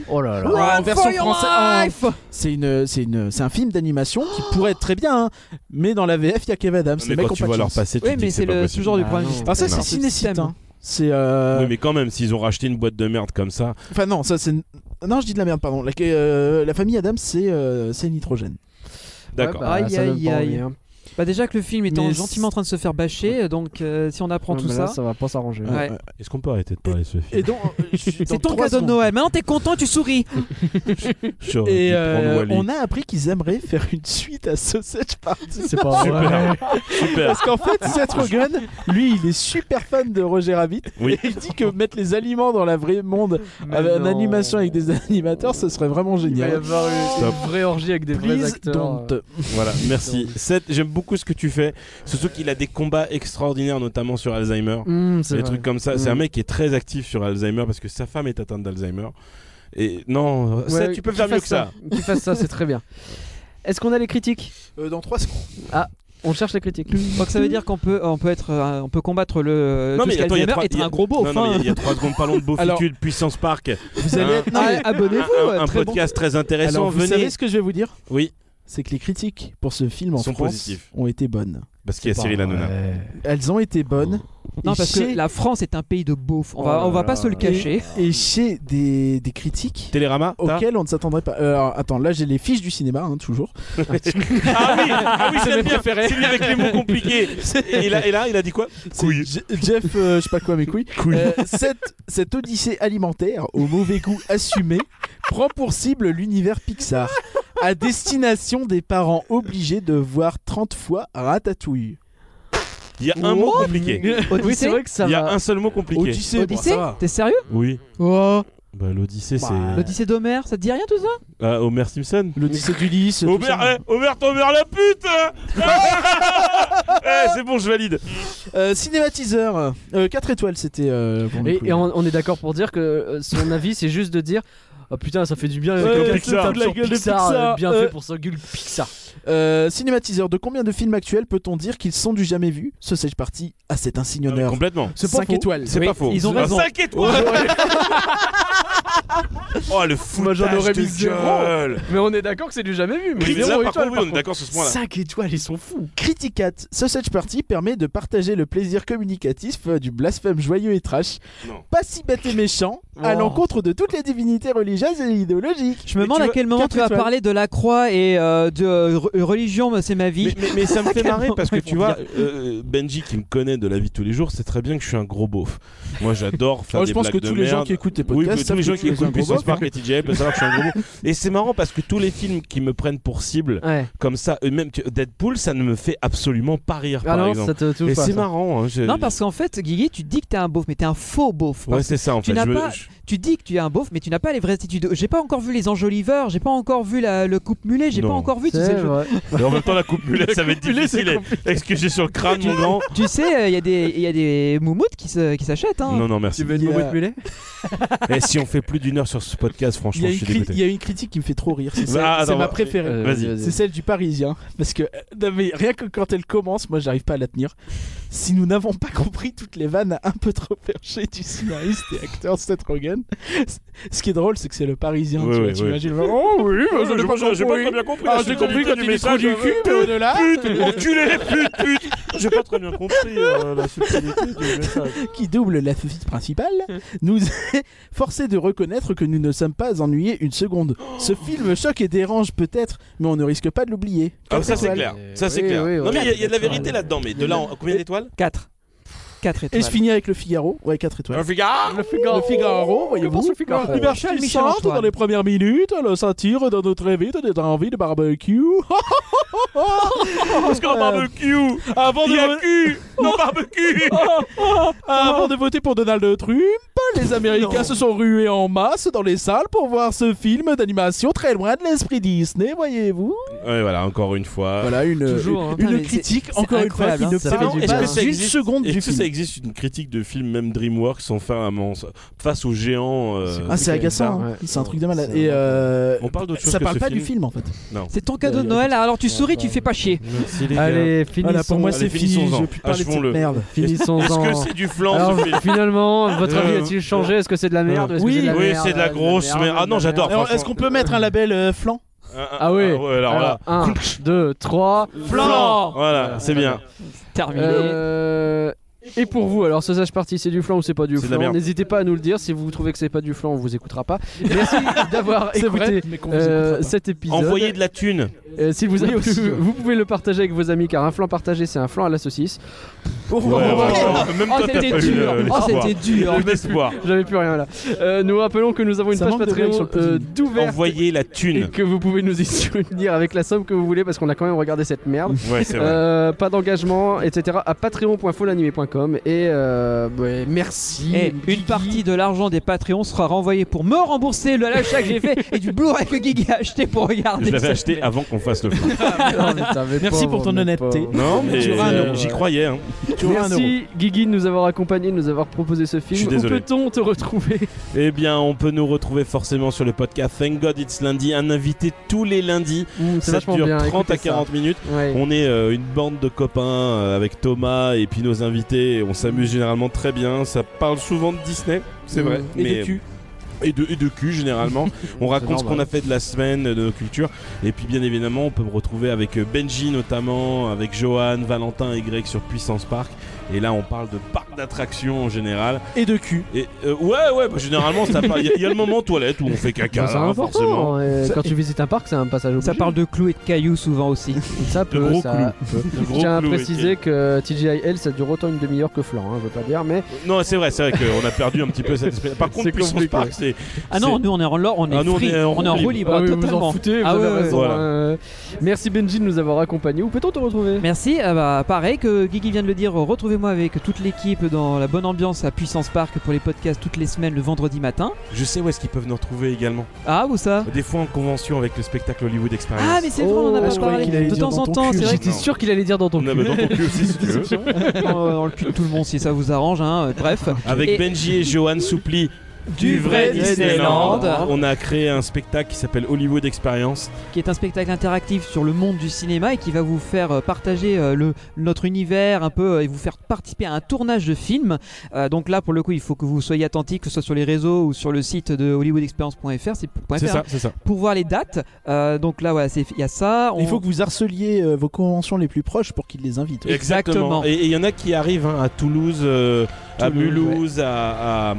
Oh là là. en Run version for your française- Oh. en- life Ah. C'est une, c'est une, c'est un film d'animation qui pourrait être très bien, hein, mais dans la VF, il y a Kev Adams. Mais les mecs quand ont tu pas vois de leur chance. passé, tu Oui, te dis mais que c'est c'est pas le ce possible. genre du Ah problème. non. du Alors ça, système. c'est Ce Cinécite. système. hein. C'est, euh, Oui, mais quand même, s'ils ont racheté une boîte de merde comme ça, enfin non, ça c'est, non, je dis de la merde, pardon. La, euh, la famille Adams, c'est, euh, c'est Nitrogène. d'accord. Ouais, bah, Aïe, ça donne aïe, pas aïe. envie, hein. Bah déjà que le film est Mais en- c'est- gentiment en train de se faire bâcher, donc euh, si on apprend Ah, tout mais ça. là, ça va pas s'arranger. Ouais. Est-ce qu'on peut arrêter de parler de ce film Euh, Et donc, euh, je suis- dans C'est ton trois cadeau de secondes. Noël. Maintenant t'es content, tu souris. J'aurais Et dû euh, prendre Oh, Wall-E. on a appris qu'ils aimeraient faire une suite à Sausage Party. C'est pas Super, super. Parce qu'en fait, Seth Rogen, lui, il est super fan de Roger Rabbit. Oui. Et il dit que mettre les aliments dans la vraie monde, Mais avec- Ah, en non. bah, animation avec des animateurs, ce serait vraiment Il va y génial. avoir une, Stop. une vraie orgie avec des vrais Please acteurs. don't. Voilà, merci. Seth, j'aime beaucoup ce que tu fais. Surtout qu'il a des combats extraordinaires, notamment sur Alzheimer. Mmh, c'est Des vrai. trucs comme ça. C'est Mm. un mec qui est très actif sur Alzheimer parce que sa femme est atteinte d'Alzheimer. Et non, Ouais, Seth, tu peux qu'il faire mieux fasse que ça. Qu'il fasse ça, c'est très bien. Est-ce qu'on a les critiques Euh, dans 3 secondes. On cherche les critiques. Donc ça veut dire qu'on peut, on peut être, euh, on peut combattre le. Non, tout mais ce qu'il y a attends, il y a derrière trois- et être il y a- un gros hein. beau. non, non, mais il y a trois secondes. Parlons de Alors- Beaufitude, Puissance Park. Vous allez Hein, être. non, Ah, mais- Abonnez-vous. un, euh, un très bon. podcast très intéressant. Alors, vous Venez. savez ce que je vais vous dire Oui, C'est que les critiques pour ce film en Sont France positifs. ont été bonnes. parce qu'il y a Cyril Hanouna. Elles ont été bonnes. Non Et parce que chez- la France est un pays de beaufs. On Oh va, là on va là pas se le là cacher. Et chez des, des critiques Télérama t'as auxquelles on ne s'attendrait pas. Euh, alors, attends, là j'ai les fiches du cinéma, hein, toujours. Ah oui, ah oui, j'aime bien. C'est lui avec les mots compliqués. Et là, et là, il a dit quoi C'est Couilles. Je- Jeff, euh, je sais pas quoi, mes couilles. Euh, cette, cette odyssée alimentaire, au mauvais goût assumé, prend pour cible l'univers Pixar, à destination des parents obligés de voir 30 fois Ratatouille. Il y a un mot compliqué. Oui, Odyssée c'est vrai que Oh, ça Il y a va. un seul mot compliqué. Odyssée, bon, Odyssée ça va. T'es sérieux Oui. Oh. Bah, l'Odyssée, c'est. Bah, L'Odyssée d'Homère, ça te dit rien tout ça Ah, Homer Simpson L'Odyssée d'Ulysse. tout Homer, ça. eh, Homer, t'emmerde la pute hein Eh, c'est bon, je valide. Euh, cinématiseur, 4 étoiles, c'était. euh, pour mes Et, couilles. et on, on est d'accord pour dire que euh, son avis, c'est juste de dire. Oh putain, ça fait du bien Ouais, avec le Pixar. Pixar, La sur gueule de Pixar, Pixar, euh, bien euh. fait pour sa gueule Pixar. Euh, cinématiseur, de combien de films actuels peut-on dire qu'ils sont du jamais vu Ce sage parti à cet Ah, insigne mais honneur. complètement. C'est pas 5 faux. étoiles. C'est pas faux. ils ont raison. 5 étoiles Oh, le Moi, j'en foutage aurais de mis zéro. gueule Mais on est d'accord que c'est du jamais vu. Mais Oui, mais zéro là, par étoile, contre, oui, par on est d'accord sur ce point-là. 5 étoiles, ils sont fous. Criticat, Sausage Party permet de partager le plaisir communicatif euh, du blasphème joyeux et trash, Non. pas si bête et méchant, à Oh. l'encontre de toutes les divinités religieuses et idéologiques. Je me demande tu à vois, quel moment quatre tu vas étoiles. parler de la croix et euh, de euh, re- religion, c'est ma vie. Mais, mais- mais ça me fait marrer moment parce que ils tu vont vois, euh, Benji qui me connaît de la vie de tous les jours, c'est très bien que je suis un gros beauf. Moi j'adore faire Oh, des je pense que blagues de tous les gens merde. qui écoutent tes Oui, mais podcasts, tous les gens qui écoutent Puissance Park parler et TJL peuvent savoir que je suis un gros beauf. Et c'est marrant parce que tous les films qui me prennent pour cible, Ouais. comme ça, euh, même tu- Deadpool, ça ne me fait absolument pas rire Ah par non, exemple. ça te touche Et pas. c'est ça. marrant. hein, je- Non, parce qu'en fait, Guigui, tu dis que t'es un beauf, mais t'es un faux beauf. Ouais, Parce- c'est ça en tu fait. n'as Je me- pas- je- Tu dis que tu es un beauf, mais tu n'as pas les vraies attitudes. J'ai pas encore vu les enjoliveurs, j'ai pas encore vu la- le coupe mulet, j'ai pas Non. encore vu tous C'est ces jeux. vrai. Mais en même temps, la coupe mulette, ça va être difficile. Est-ce que j'ai sur le crâne, mon grand Tu sais, euh, il y, a des- y a des moumoutes qui se- qui s'achètent. Hein. Non, non, merci. Tu veux une Yeah. moumoute mulet Et si on fait plus d'une heure sur ce podcast, Il y, franchement, je a une suis cri- dégoûté. il y a une critique qui me fait trop rire, c'est Bah, celle- c'est attends, ma bah, préférée. Euh, Vas-y. C'est celle du Parisien, parce que euh, non, mais rien que quand elle commence, moi j'arrive pas à la tenir. Si nous n'avons pas compris toutes les vannes un peu trop perchées du scénariste et acteur Seth Rogen, c- ce qui est drôle, c'est que c'est le Parisien. Ouais, tu vois, ouais, tu ouais. imagines, oh oui, bah, je l'ai pas compris. bien compris. Ah, j'ai compris quand il est trop du cul, mais au-delà. Pute, enculé, pute, pute. J'ai pas très bien compris euh, la subtilité du message. qui double la fuite principale, nous est forcé de reconnaître que nous ne sommes pas ennuyés une seconde. Ce film choque et dérange peut-être, mais on ne risque pas de l'oublier. Ah, ça c'est Étoiles. clair. Ça c'est Euh, Oui, clair. oui, Non, mais il y a- il y a de la étoiles. vérité là-dedans. Mais de là, en- combien d'étoiles 4. 4 Et étoiles. je finis avec le Figaro, ouais 4 étoiles. Un Figaro Le Figaro, voyez-vous. pense au Figaro. L'universel Michel Michel Antoine. dans les premières minutes, le satire dans notre vie, de notre envie de barbecue. Parce qu'en barbecue, Euh, avant de la cul, non barbecue. Euh, Avant de voter pour Donald Trump, les Américains se sont rués en masse dans les salles pour voir ce film d'animation très loin de l'esprit Disney, voyez-vous. Ouais, Euh, voilà, encore une fois. Voilà une, Toujours, hein. une Putain, mais critique, c'est- c'est encore une fois, incroyable, qui hein, ne ça fait fait du pas bien. une Est-ce que ça existe- seconde Est-ce du que ça film. existe une critique de film, même DreamWorks, sans faire un mens face aux géants euh, C'est- Ah, c'est agaçant, Ça, hein. ouais. c'est un truc de malade. C'est Et un- euh, On parle d'autre chose ça que parle ce pas film. du film en fait. C'est ton cadeau de Euh, Noël, alors tu souris, tu fais pas chier. Merci les Allez, finissons. Voilà, pour moi Allez, c'est fini, finissons-en. je puis parler de cette Achevons-le. merde. finissons Est-ce que c'est du flan Alors, ce film finalement, votre avis Euh, a-t-il changé Est-ce que c'est de la merde ou est-ce que oui, c'est de la oui, merde, c'est de la grosse merde. Ah non, de la j'adore. merde Alors, Est-ce qu'on peut mettre un label euh, flan Ah ouais. alors, Alors, là. 1, 2, 3. Flan Voilà, c'est bien. Terminé. Euh, Et pour vous, alors Sausage Party, c'est du flan ou c'est pas du C'est de la flan merde. N'hésitez pas à nous le dire. Si vous trouvez que c'est pas du flan, on vous écoutera pas. Merci d'avoir C'est écouté vrai, mais qu'on vous écoutera euh, pas. cet épisode. Envoyez de la thune. Euh, S'il vous a Oui, plu, aussi, ouais. vous pouvez le partager avec vos amis car un flan partagé c'est un flan à la saucisse. Ouais, ouais, ouais. Même Oh, toi, t'as c'était pas eu dur. le- Oh, l'espoir. c'était dur. Le l'espoir. J'avais plus rien là. Euh, nous rappelons que nous avons une Ça page manque de blagues sur Patreon le cuisine. euh, d'ouverte Envoyez la et thune. que vous pouvez nous y soutenir avec la somme que vous voulez parce qu'on a quand même regardé cette merde. Ouais, c'est vrai. Euh, pas d'engagement, etc. à patreon.folanimé.com et euh, ouais, merci. Et une Guigui. partie de l'argent des Patreons sera renvoyée pour me rembourser le l'achat que j'ai fait et du Blu-ray que Guigui a acheté pour regarder. Je l'avais ça. acheté avant qu'on fasse le film. Non, mais t'avais Merci pas, pour ton mais honnêteté. pas. Non, mais Tu auras un euh, euro. j'y croyais. hein. Tu auras un euro. Merci Guigui de nous avoir accompagnés, de nous avoir proposé ce Je suis film. Où désolé. peut-on te retrouver Eh bien, on peut nous retrouver forcément sur le podcast Thank God It's Lundi, un invité tous les lundis. Mmh, Ça dure 30 à 40 minutes. minutes. Ouais. On est euh, une bande de copains euh, avec Thomas et puis nos invités. On s'amuse généralement très bien. Ça parle souvent de Disney, c'est Mmh. vrai. Et mais- de cul. Et de, et de cul généralement. on raconte ce normal. qu'on a fait de la semaine, de nos cultures. Et puis bien évidemment, on peut me retrouver avec euh, Benji notamment, avec Johan, Valentin et Greg sur Puissance Park. Et là, on parle de parc d'attractions en général. Et de cul. Et euh, ouais, ouais, bah, généralement, ça parle- il y, a- il y a le moment toilette où on fait Bah, caca, c'est hein, forcément. important. euh, Ça- Quand tu visites un parc, c'est un passage obligé. Ça parle de clous et de cailloux souvent aussi. ça Le peut. gros Ça... clou. Le Je gros tiens à clou, oui. préciser que euh, TGIL ça dure autant une demi-heure que Flan, hein, je veux pas dire, mais Non, c'est vrai, c'est vrai qu'on a perdu un petit peu cette espèce. Par contre, C'est Puissance compliqué. Park, c'est. Ah non, c'est- nous on est en lore, on est Ah, nous, on free, est en roue roue libre. libre, Ah oui, vous en totalement. foutez, vous Ah avez ouais, ouais, raison. ouais. Voilà. hein. Merci Benji de nous avoir accompagnés. Où peut-on te retrouver Merci, ah bah, pareil que Guigui vient de le dire, retrouvez-moi avec toute l'équipe dans la bonne ambiance à Puissance Park pour les podcasts toutes les semaines le vendredi matin. Je sais où est-ce qu'ils peuvent nous retrouver également. Ah, où ça Des fois en convention avec le spectacle Hollywood Experience. Ah, mais c'est vrai, on en a Oh, pas je croyais parlé. qu'il allait De dire temps dans en ton temps, cul. c'est vrai J'étais que Non. sûr qu'il allait dire dans ton On a cul. dans ton cul aussi, si tu veux. Euh, dans le cul de tout le monde si ça vous arrange, hein, euh, bref. Avec Et- Benji et Johan Soupli Du vrai Disneyland. On a créé un spectacle qui s'appelle Hollywood Experience. qui est un spectacle interactif sur le monde du cinéma et qui va vous faire euh, partager euh, le, notre univers un peu euh, et vous faire participer à un tournage de film. Euh, donc là, pour le coup, il faut que vous soyez attentifs, que ce soit sur les réseaux ou sur le site de hollywoodexperience.fr, c'est point C'est fr, hein, ça, c'est ça. pour voir les dates. Euh, donc là, voilà, c'est- il y a ça. Il On- faut que vous harceliez euh, vos conventions les plus proches pour qu'ils les invitent. Exactement. Et et il y en a qui arrivent hein, à Toulouse, euh, à Toulouse, Mulhouse, à, à,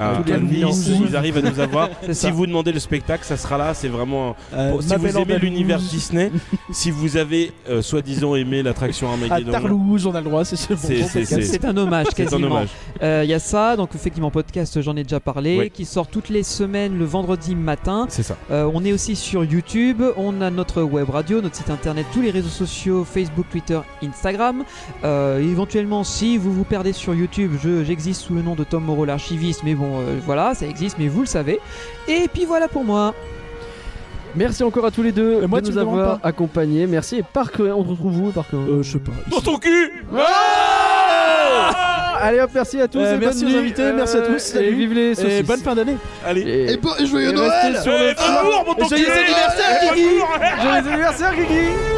à- Toulouse, à Nice. Toulouse. Ils arrivent à nous avoir. C'est ça. si vous demandez le spectacle, ça sera là. C'est vraiment. Euh, pour- si vous Mabel aimez Andalouse, l'univers Disney, si vous avez euh, soi-disant aimé l'attraction À Armageddon. Tarlouse, on a le droit, c'est ce C'est- bon c'est- podcast. C'est un hommage C'est un quasiment. hommage. Euh, Il y a ça, donc effectivement podcast, j'en ai déjà parlé, Ouais. qui sort toutes les semaines le vendredi matin. C'est ça. Euh, on est aussi sur YouTube, on a notre web radio, notre site internet, tous les réseaux sociaux, Facebook, Twitter, Instagram. Euh, éventuellement, si vous vous perdez sur YouTube, je- j'existe sous le nom de Tom Moreau l'archiviste, mais bon, euh, voilà, ça existe, mais vous le savez. Et puis voilà pour moi. Merci encore à tous les deux Et moi, de tu nous me demandes avoir accompagnés. Merci et Parc, on te retrouve où Parc hein Euh, je sais pas. Dans ton cul Ah, Allez hop, merci à tous. Euh, et merci bonne nuit. aux Euh, invités, merci à tous, Et salut. vive les saucisses. Et bonne fin d'année. Allez. Et, bon, joyeux et restez sur Eh, le fais-le lourd, mon Joyeux enculé anniversaire, Eh, Guigui fais-le lourd Joyeux anniversaire, Guigui